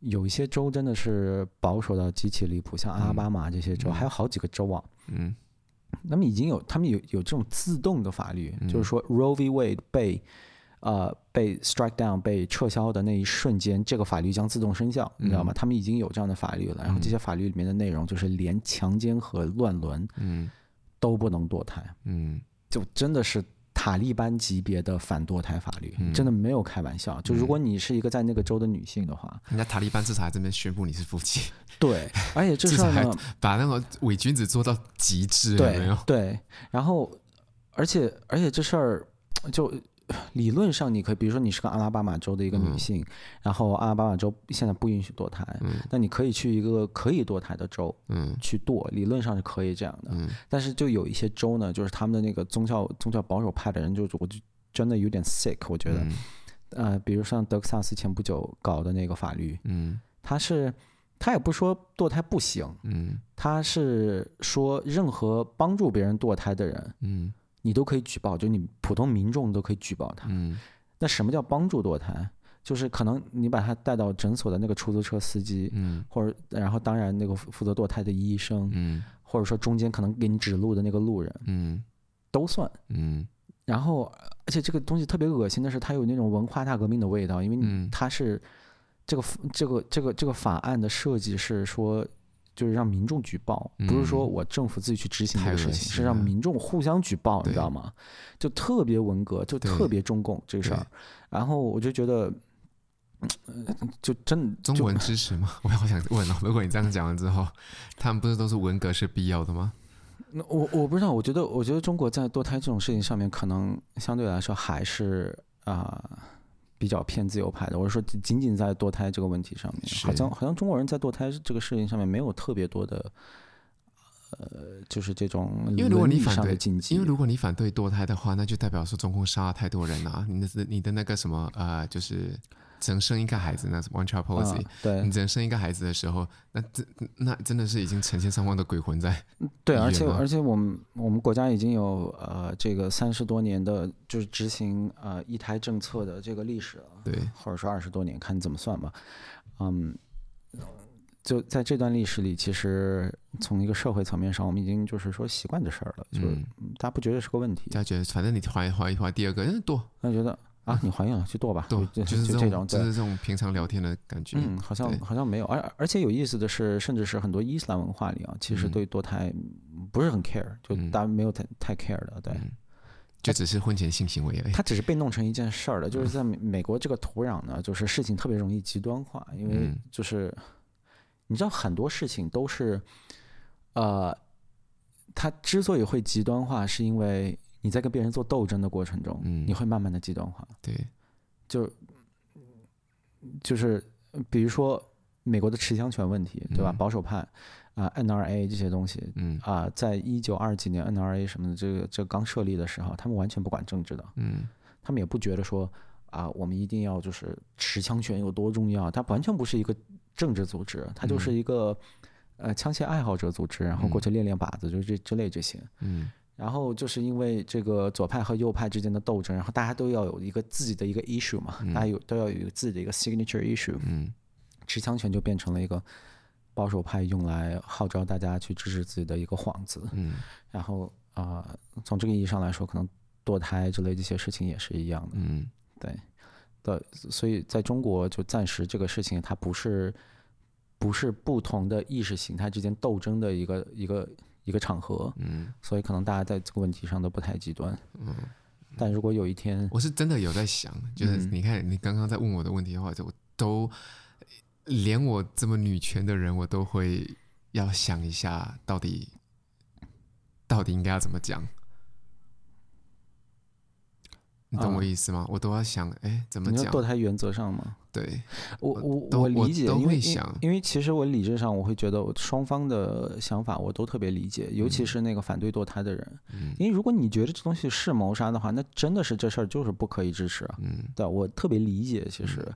S2: 有一些州真的是保守到极其离谱，像阿拉巴马这些州，还有好几个州啊，
S1: 嗯
S2: 那么已经有他们有有这种自动的法律，就是说 Roe v. Wade 被呃被 strike down 被撤销的那一瞬间，这个法律将自动生效，你知道吗？他们已经有这样的法律了，然后这些法律里面的内容就是连强奸和乱伦
S1: 嗯
S2: 都不能堕胎，
S1: 嗯
S2: 就真的是塔利班级别的反堕胎法律，
S1: 嗯
S2: 真的没有开玩笑。就如果你是一个在那个州的女性的话，
S1: 人家塔利班至少还这边宣布你是夫妻， (laughs)
S2: 对，而且这
S1: 至
S2: 事
S1: 少
S2: 儿
S1: 还
S2: 呢，
S1: 把那个伪君子做到极致，有没
S2: 对
S1: 有？
S2: 对，然后而且而且这事儿就。理论上，你可以，比如说你是个阿拉巴马州的一个女
S1: 嗯
S2: 性，然后阿拉巴马州现在不允许堕胎，那你可以去一个可以堕胎的州
S1: 嗯
S2: 去堕，理论上是可以这样的。
S1: 嗯
S2: 但是就有一些州呢，就是他们的那个宗教宗教保守派的人就，我就真的有点 sick，我觉得，
S1: 嗯
S2: 呃，比如像德克萨斯前不久搞的那个法律，
S1: 嗯
S2: 他是他也不说堕胎不行，
S1: 嗯
S2: 他是说任何帮助别人堕胎的人，
S1: 嗯
S2: 你都可以举报，就你普通民众都可以举报他。
S1: 嗯
S2: 那什么叫帮助堕胎？就是可能你把他带到诊所的那个出租车司机，
S1: 嗯
S2: 或者然后当然那个负负责堕胎的医生，
S1: 嗯
S2: 或者说中间可能给你指路的那个路人
S1: 嗯
S2: 都算。
S1: 嗯
S2: 然后，而且这个东西特别恶心的是，它有那种文化大革命的味道，因为你
S1: 嗯
S2: 它是这个这个这个这个法案的设计是说，就是让民众举报，不是说我政府自己去执行这个
S1: 嗯太
S2: 事
S1: 恶
S2: 情，
S1: 心
S2: 是让
S1: 了
S2: 民众互相举报，你知
S1: 对
S2: 道吗？就特别文革，就
S1: 对
S2: 特别中共这个事儿
S1: 对。
S2: 然后我就觉得，嗯呃就真
S1: 中
S2: 就
S1: 文支持吗？ (laughs) 我也好想问哦。如果你这样讲完之后，他们不是都是文革是必要的吗？
S2: 那我我不知道，我觉得我觉得中国在堕胎这种事情上面，可能相对来说还是啊、比较偏自由派的。我是说，仅仅在堕胎这个问题上面，好
S1: 是
S2: 像好像中国人在堕胎这个事情上面没有特别多的，呃，就是这种
S1: 因为如果
S2: 伦
S1: 你
S2: 理
S1: 反
S2: 上的
S1: 对
S2: 禁，忌。
S1: 因为如果你反对堕胎的话，那就代表说中共杀了太多人了、啊。你的你的那个什么呃，就是只能生一个孩子，那什么 one child
S2: 啊
S1: policy，、
S2: 对
S1: 你只能生一个孩子的时候，那真那真的是已经成千上万的鬼魂在。
S2: 对，
S1: 语
S2: 而
S1: 言
S2: 且
S1: 呢
S2: 而且我们我们国家已经有呃这个三十多年的就是执行呃一胎政策的这个历史了。
S1: 对，
S2: 或者说二十多年，看你怎么算吧。嗯，就在这段历史里，其实从一个社会层面上，我们已经就是说习惯的事儿了，就是
S1: 嗯
S2: 大家不觉得是个问题，
S1: 大家觉得反正你怀怀一怀第二个，嗯，堕
S2: 那觉得啊，你怀孕了去堕
S1: (laughs)
S2: 吧，
S1: 堕，
S2: 就
S1: 就
S2: 就是这
S1: 种
S2: 种
S1: 就是
S2: 对。
S1: 这种平常聊天的感觉。
S2: 嗯，好像
S1: 对
S2: 好像没有，而而且有意思的是，甚至是很多伊斯兰文化里啊，其实
S1: 嗯
S2: 对堕胎嗯不是很 care，就
S1: 嗯
S2: 大家没有太太 care 的，对，
S1: 嗯就只是婚前性行为而已。
S2: 它只是被弄成一件事
S1: 嗯
S2: 儿了。就是在美美国这个土壤呢，就是事情特别容易极端化，因为
S1: 嗯
S2: 就是你知道很多事情都是，呃，它之所以会极端化，是因为你在跟别人做斗争的过程中，
S1: 嗯
S2: 你会慢慢的极端化，
S1: 对，
S2: 就就是比如说美国的持枪权问题，对吧？
S1: 嗯
S2: 保守派啊、NRA 这些东西。
S1: 嗯
S2: 啊、在一九二几年 NRA 什么的，这个这个刚设立的时候，他们完全不管政治的，
S1: 嗯
S2: 他们也不觉得说啊，我们一定要就是持枪权有多重要，它完全不是一个政治组织，它就是一个、
S1: 嗯
S2: 呃枪械爱好者组织，然后过去练练靶子，就是这之类这些。
S1: 嗯
S2: 然后就是因为这个左派和右派之间的斗争，然后大家都要有一个自己的一个 issue 嘛，大家有都要有一个自己的一个 signature issue，
S1: 嗯
S2: 持枪权就变成了一个保守派用来号召大家去支持自己的一个幌子。
S1: 嗯
S2: 然后啊、呃从这个意义上来说，可能堕胎之类这些事情也是一样的。
S1: 嗯
S2: 对，对，所以在中国就暂时这个事情，它不是不是不同的意识形态之间斗争的一个一个一个场合，
S1: 嗯，
S2: 所以可能大家在这个问题上都不太极端。
S1: 嗯，
S2: 但如果有一天，
S1: 我是真的有在想，就是
S2: 嗯
S1: 你看你刚刚在问我的问题的话，就我都连我这么女权的人，我都会要想一下，到底到底应该要怎么讲。你懂我意思吗？我都要想，哎，怎么
S2: 你说
S1: 讲
S2: 堕？胎原则上吗？
S1: 对，
S2: 我
S1: 我
S2: 我
S1: 呃都
S2: 我
S1: 我
S2: 理解，
S1: 都
S2: 因
S1: 会
S2: 为因
S1: 想
S2: 因为其实我理智上我会觉得我双方的想法我都特别理解，尤其
S1: 嗯
S2: 是那个反对堕胎的人，因为如果你觉得这东西是谋杀的话，那真的是这事儿就是不可以支持啊。
S1: 嗯
S2: 对，我特别理解，其实，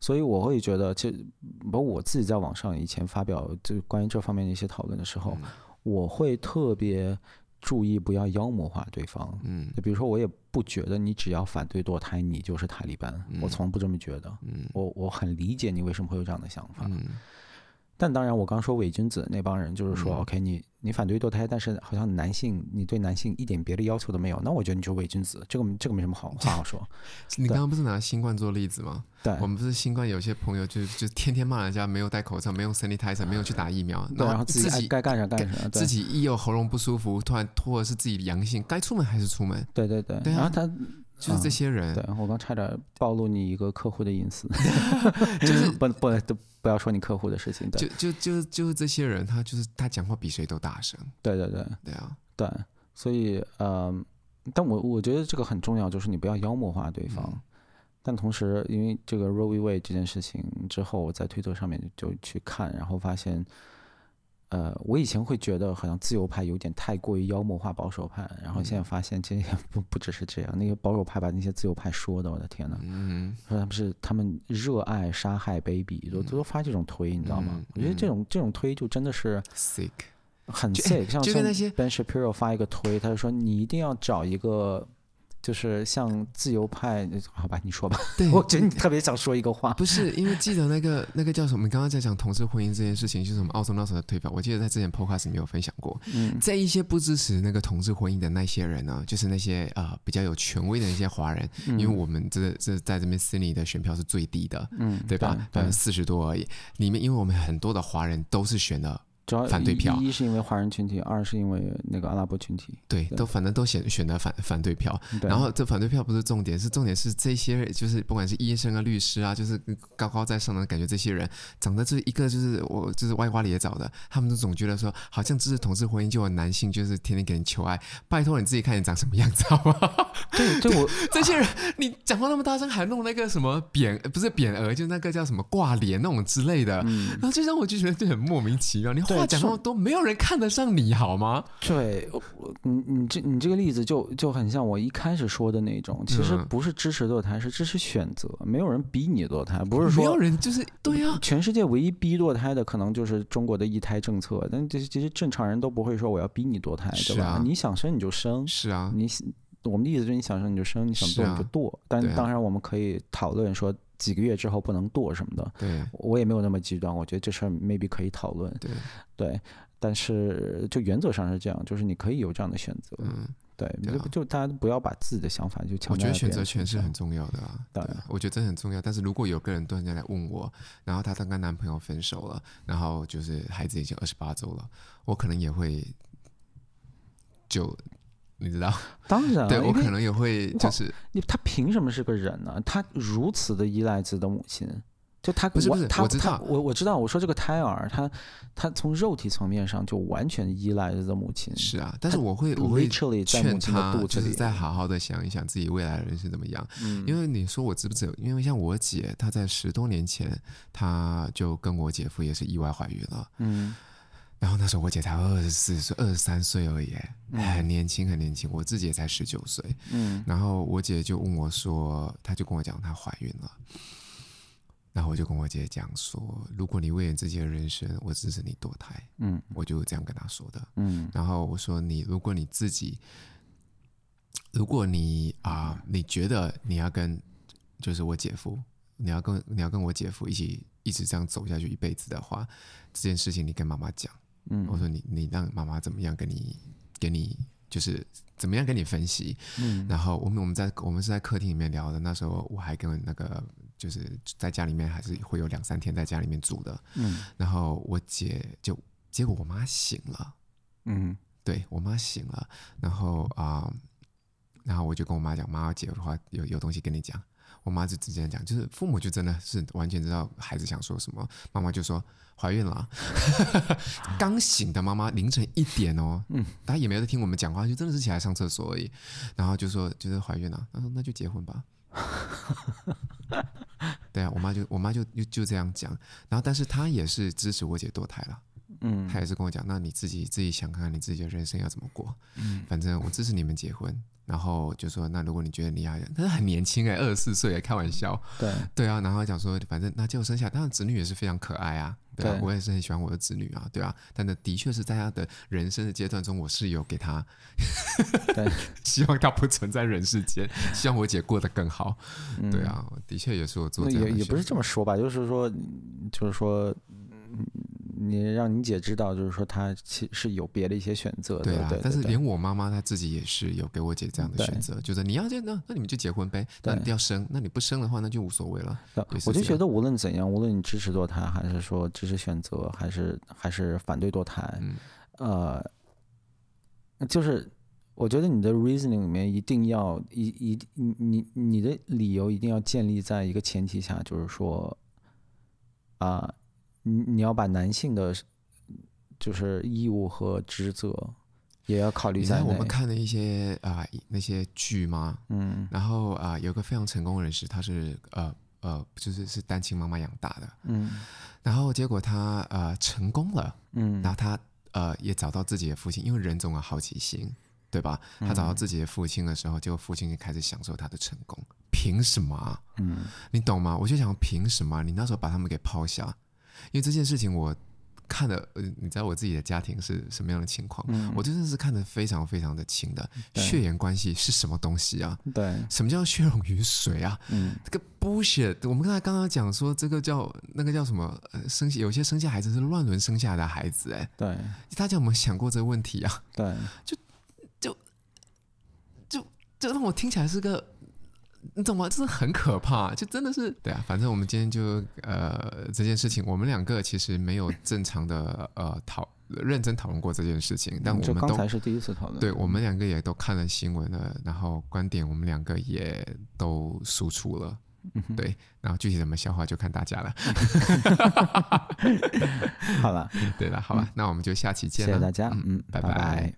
S2: 所以我会觉得，其实包括我自己在网上以前发表就关于这方面的一些讨论的时
S1: 嗯
S2: 候，我会特别注意不要妖魔化对方。
S1: 嗯
S2: 就比如说，我也不觉得你只要反对堕胎，你就是塔利班，我从不这么觉得。
S1: 嗯
S2: 我我很理解你为什么会有这样的想法，
S1: 嗯
S2: 但当然，我刚说伪君子那帮人，就是说、
S1: 嗯
S2: o k 你你反对堕胎，但是好像男性你对男性一点别的要求都没有，那我觉得你就是伪君子，这个这个没什么好话
S1: (laughs)
S2: 好说。
S1: 你刚刚不是拿新冠做例子吗？
S2: 对哎
S1: 我们不是新冠有些朋友就就天天骂人家没有戴口罩，没有 sanitizer，没有去打疫苗，
S2: 对，然后
S1: 自
S2: 自己爱该干啥干啥，对
S1: 自己一有喉咙不舒服，突然或者是自己阳性，该出门还是出门，
S2: 对对对，
S1: 对啊
S2: 然后他
S1: 就是这些人，
S2: 嗯对我刚差点暴露你一个客户的隐
S1: (laughs)
S2: 私， (laughs)
S1: 就是
S2: 不不都不要说你客户的事情，对
S1: 就就就就是这些人，他就是他讲话比谁都大声，
S2: 对对对
S1: 对啊，
S2: 对，所以呃，但我我觉得这个很重要，就是你不要妖魔化对方。
S1: 嗯
S2: 但同时，因为这个 Roe v. Wade 这件事情之后，我在推特上面就去看，然后发现，呃，我以前会觉得好像自由派有点太过于妖魔化保守派，然后
S1: 嗯
S2: 现在发现这也不不只是这样，那些保守派把那些自由派说的，我的天呐，
S1: 嗯，
S2: 说他们是他们热爱杀害 baby，都都发这种推，你知道吗？
S1: 嗯
S2: 我觉得这
S1: 嗯
S2: 种这种推就真的是
S1: sick，
S2: 很
S1: 就
S2: sick，像
S1: 就跟那
S2: 像
S1: 些
S2: Ben Shapiro 发一个推，他就说你一定要找一个。就是像自由派，好吧，你
S1: (laughs)
S2: 说吧。
S1: 对，
S2: 我觉得你特别想说一个话，
S1: 不是，因为记得那个那个叫什么？你刚刚在讲同志婚姻这件事情，就是我们澳洲那时候的推法。我记得在之前 podcast 里面有分享过，
S2: 嗯
S1: 在一些不支持那个同志婚姻的那些人呢，就是那些呃比较有权威的那些华人，因为我们这这在这边悉尼的选票是最低的，
S2: 嗯，
S1: 对吧？百
S2: 对
S1: 分之，四十多而已。里面因为我们很多的华人都是选了，
S2: 主要
S1: 反对票
S2: 一一是因为华人群体，二是因为那个阿拉伯群体。
S1: 对，
S2: 对
S1: 都反正都选选了反反对票。
S2: 对
S1: 然后这反对票不是重点，是重点是这些就是不管是医生啊、律师啊，就是高高在上的感觉，这些人长得就是一个就是我就是歪瓜裂枣的，他们就总觉得说，好像支持同志婚姻就有男性就是天天给人求爱，拜托你自己看你长什么样子好不好？ (laughs)
S2: 对对，我
S1: 这些人你讲话那么大声，还弄那个什么匾，呃不是匾额，就那个叫什么挂帘那种之类
S2: 嗯
S1: 的。然后就让我就觉得就很莫名其妙，你话
S2: 对
S1: 讲那么多，没有人看得上你好吗？
S2: 对，我我你你这你这个例子就就很像我一开始说的那种，其实
S1: 嗯
S2: 不是支持堕胎，是支持选择，没有人逼你堕胎，不是
S1: 没有
S2: 说。
S1: 人就是对啊，
S2: 全世界唯一逼堕胎的可能就是中国的一胎政策，但其实其实正常人都不会说我要逼你堕胎，
S1: 是
S2: 对吧？
S1: 啊
S2: 你想生你就生，
S1: 是啊，
S2: 你想我们的意思就是你想生你就生，你想
S1: 是
S2: 堕你
S1: 啊
S2: 就堕。但
S1: 对啊
S2: 当然我们可以讨论说几个月之后不能堕什么的，
S1: 对
S2: 我也没有那么极端，我觉得这事儿 maybe 可以讨论。
S1: 对，
S2: 对，但是就原则上是这样，就是你可以有这样的选择。
S1: 嗯。
S2: 对，
S1: 对
S2: 就
S1: 啊
S2: 就大家不要把自己的想法就强
S1: 我觉
S2: 加
S1: 得
S2: 在
S1: 选择
S2: 别人
S1: 权
S2: 身
S1: 是
S2: 上
S1: 很重要的啊，
S2: 当
S1: 对
S2: 然
S1: 啊我觉得这很重要。但是如果有个人突然间来问我，然后她她跟男朋友分手了，然后就是孩子已经二十八周了，我可能也会就你知道，
S2: 当然，
S1: 对
S2: 啊因
S1: 我可
S2: 为
S1: 能也会就是
S2: 你他凭什么是个人呢？他如此的依赖自己的母亲，就他
S1: 不是
S2: 我
S1: 不是
S2: 他
S1: 我知
S2: 他
S1: 道
S2: 我我知道，我说这个胎儿，他他从肉体层面上就完全依赖着自己的母亲，
S1: 是啊，但是我会我会
S2: literally 在母
S1: 劝
S2: 亲的
S1: 她
S2: 肚
S1: 就
S2: 子里，嗯
S1: 是再好好的想一想自己未来的人生怎么样，因为你说我知不知？因为像我姐，她在十多年前，她就跟我姐夫也是意外怀孕了。
S2: 嗯
S1: 然后那时候我姐才二十四岁、二十三岁而已，很年轻，很年轻。我自己也才十九岁。
S2: 嗯
S1: 然后我姐就问我说，她就跟我讲她怀孕了。然后我就跟我姐讲说，如果你为了自己的人生，我支持你堕胎。
S2: 嗯
S1: 我就这样跟她说的。
S2: 嗯
S1: 然后我说你，如果你自己，如果你啊、你觉得你要跟，就是我姐夫，你要跟你要跟我姐夫一起一直这样走下去一辈子的话，这件事情你跟妈妈讲。
S2: 嗯
S1: 我说你你让妈妈怎么样跟你给你就是怎么样跟你分析。
S2: 嗯
S1: 然后我们我们在我们是在客厅里面聊的，那时候我还跟那个就是在家里面还是会有两三天在家里面住的。
S2: 嗯
S1: 然后我姐就结果我妈醒了。
S2: 嗯
S1: 对我妈醒了，然后啊、然后我就跟我妈讲，妈，姐的话有有东西跟你讲。我妈就直接讲，就是父母就真的是完全知道孩子想说什么。妈妈就说怀孕了啊， (laughs) 刚醒的妈妈凌晨一点哦，嗯，她也没有在听我们讲话，就真的是起来上厕所而已。然后就说就是怀孕了，她说那就结婚吧。 (laughs) 对啊，我妈就我妈就就就这样讲，然后但是她也是支持我姐堕胎了。
S2: 嗯
S1: 他也是跟我讲，那你自己自己想看看你自己的人生要怎么过。
S2: 嗯
S1: 反正我支持你们结婚。然后就说，那如果你觉得你要，他很年轻哎、2二十四岁哎，开玩笑。 (laughs)
S2: 对
S1: 对啊，然后讲说，反正那就生下，当然子女也是非常可爱啊。对啊，
S2: 对
S1: 我也是很喜欢我的子女啊，对啊。但的的确是在他的人生的阶段中，我是有给他 (laughs)
S2: 对，
S1: 希望他不存在人世间，希望我姐过得更好。对啊，的确也是我做
S2: 嗯那
S1: 这样的
S2: 也也不
S1: 选
S2: 是这
S1: 择
S2: 么说吧，就是说，就是说，嗯你让你姐知道，就是说她其是有别的一些选择的。
S1: 对啊，但是
S2: 对
S1: 连我妈妈她自己也是有给我姐这样的
S2: 对
S1: 选择，就是你要这那那你们就结婚呗，那
S2: 对
S1: 你要生，那你不生的话那就无所谓了。
S2: 呃
S1: 也是
S2: 我就
S1: 这
S2: 觉
S1: 样
S2: 得无论怎样，无论你支持堕胎，还是说支持选择，还是还是反对堕胎，
S1: 嗯
S2: 呃，就是我觉得你的 reasoning 里面一定要一一你你你的理由一定要建立在一个前提下，就是说啊、你你要把男性的就是义务和职责也要考虑
S1: 你知
S2: 在
S1: 道我
S2: 内
S1: 们。看的一些啊、那些剧吗？
S2: 嗯
S1: 然后啊、有个非常成功的人士，他是呃呃，就是是单亲妈妈养大的，
S2: 嗯
S1: 然后结果他呃成功了，
S2: 嗯
S1: 然后他呃也找到自己的父亲，因为人总有好奇心，对吧？他找到自己的父亲的时候，结果父亲就开始享受他的成功，凭什么啊？
S2: 嗯
S1: 你懂吗？我就想，凭什么啊你那时候把他们给抛下？因为这件事情我看的，呃你知道我自己的家庭是什么样的情况，
S2: 嗯，
S1: 我真的是看得非常非常的清的。
S2: 对
S1: 血缘关系是什么东西啊？
S2: 嗯对，
S1: 什么叫血溶于水啊？
S2: 嗯
S1: 这个 bullshit！我们刚才刚刚讲说，这个叫那个叫什么？呃，生有些生下孩子是乱伦生下来的孩子、哎，
S2: 对
S1: 大家有没有想过这个问题啊？ (laughs)
S2: 对，
S1: 这让我听起来是个，你懂吗？这是很可怕，就真的
S2: (laughs)
S1: 是对啊。反正我们今天就呃这件事情，我们两个其实没有正常的呃讨认真讨论过这件事情，但我
S2: 这
S1: 们
S2: 嗯刚
S1: 都
S2: 才是第一次讨论。
S1: 对我们两个也都看了新闻了，然后观点我们两个也都输出了。
S2: 嗯
S1: 对，然后具体怎么消化就看大家了。
S2: 好了，
S1: 对了，好吧，那我们就下期见
S2: 谢
S1: 了。
S2: 谢大家，嗯，
S1: 拜
S2: 拜
S1: 拜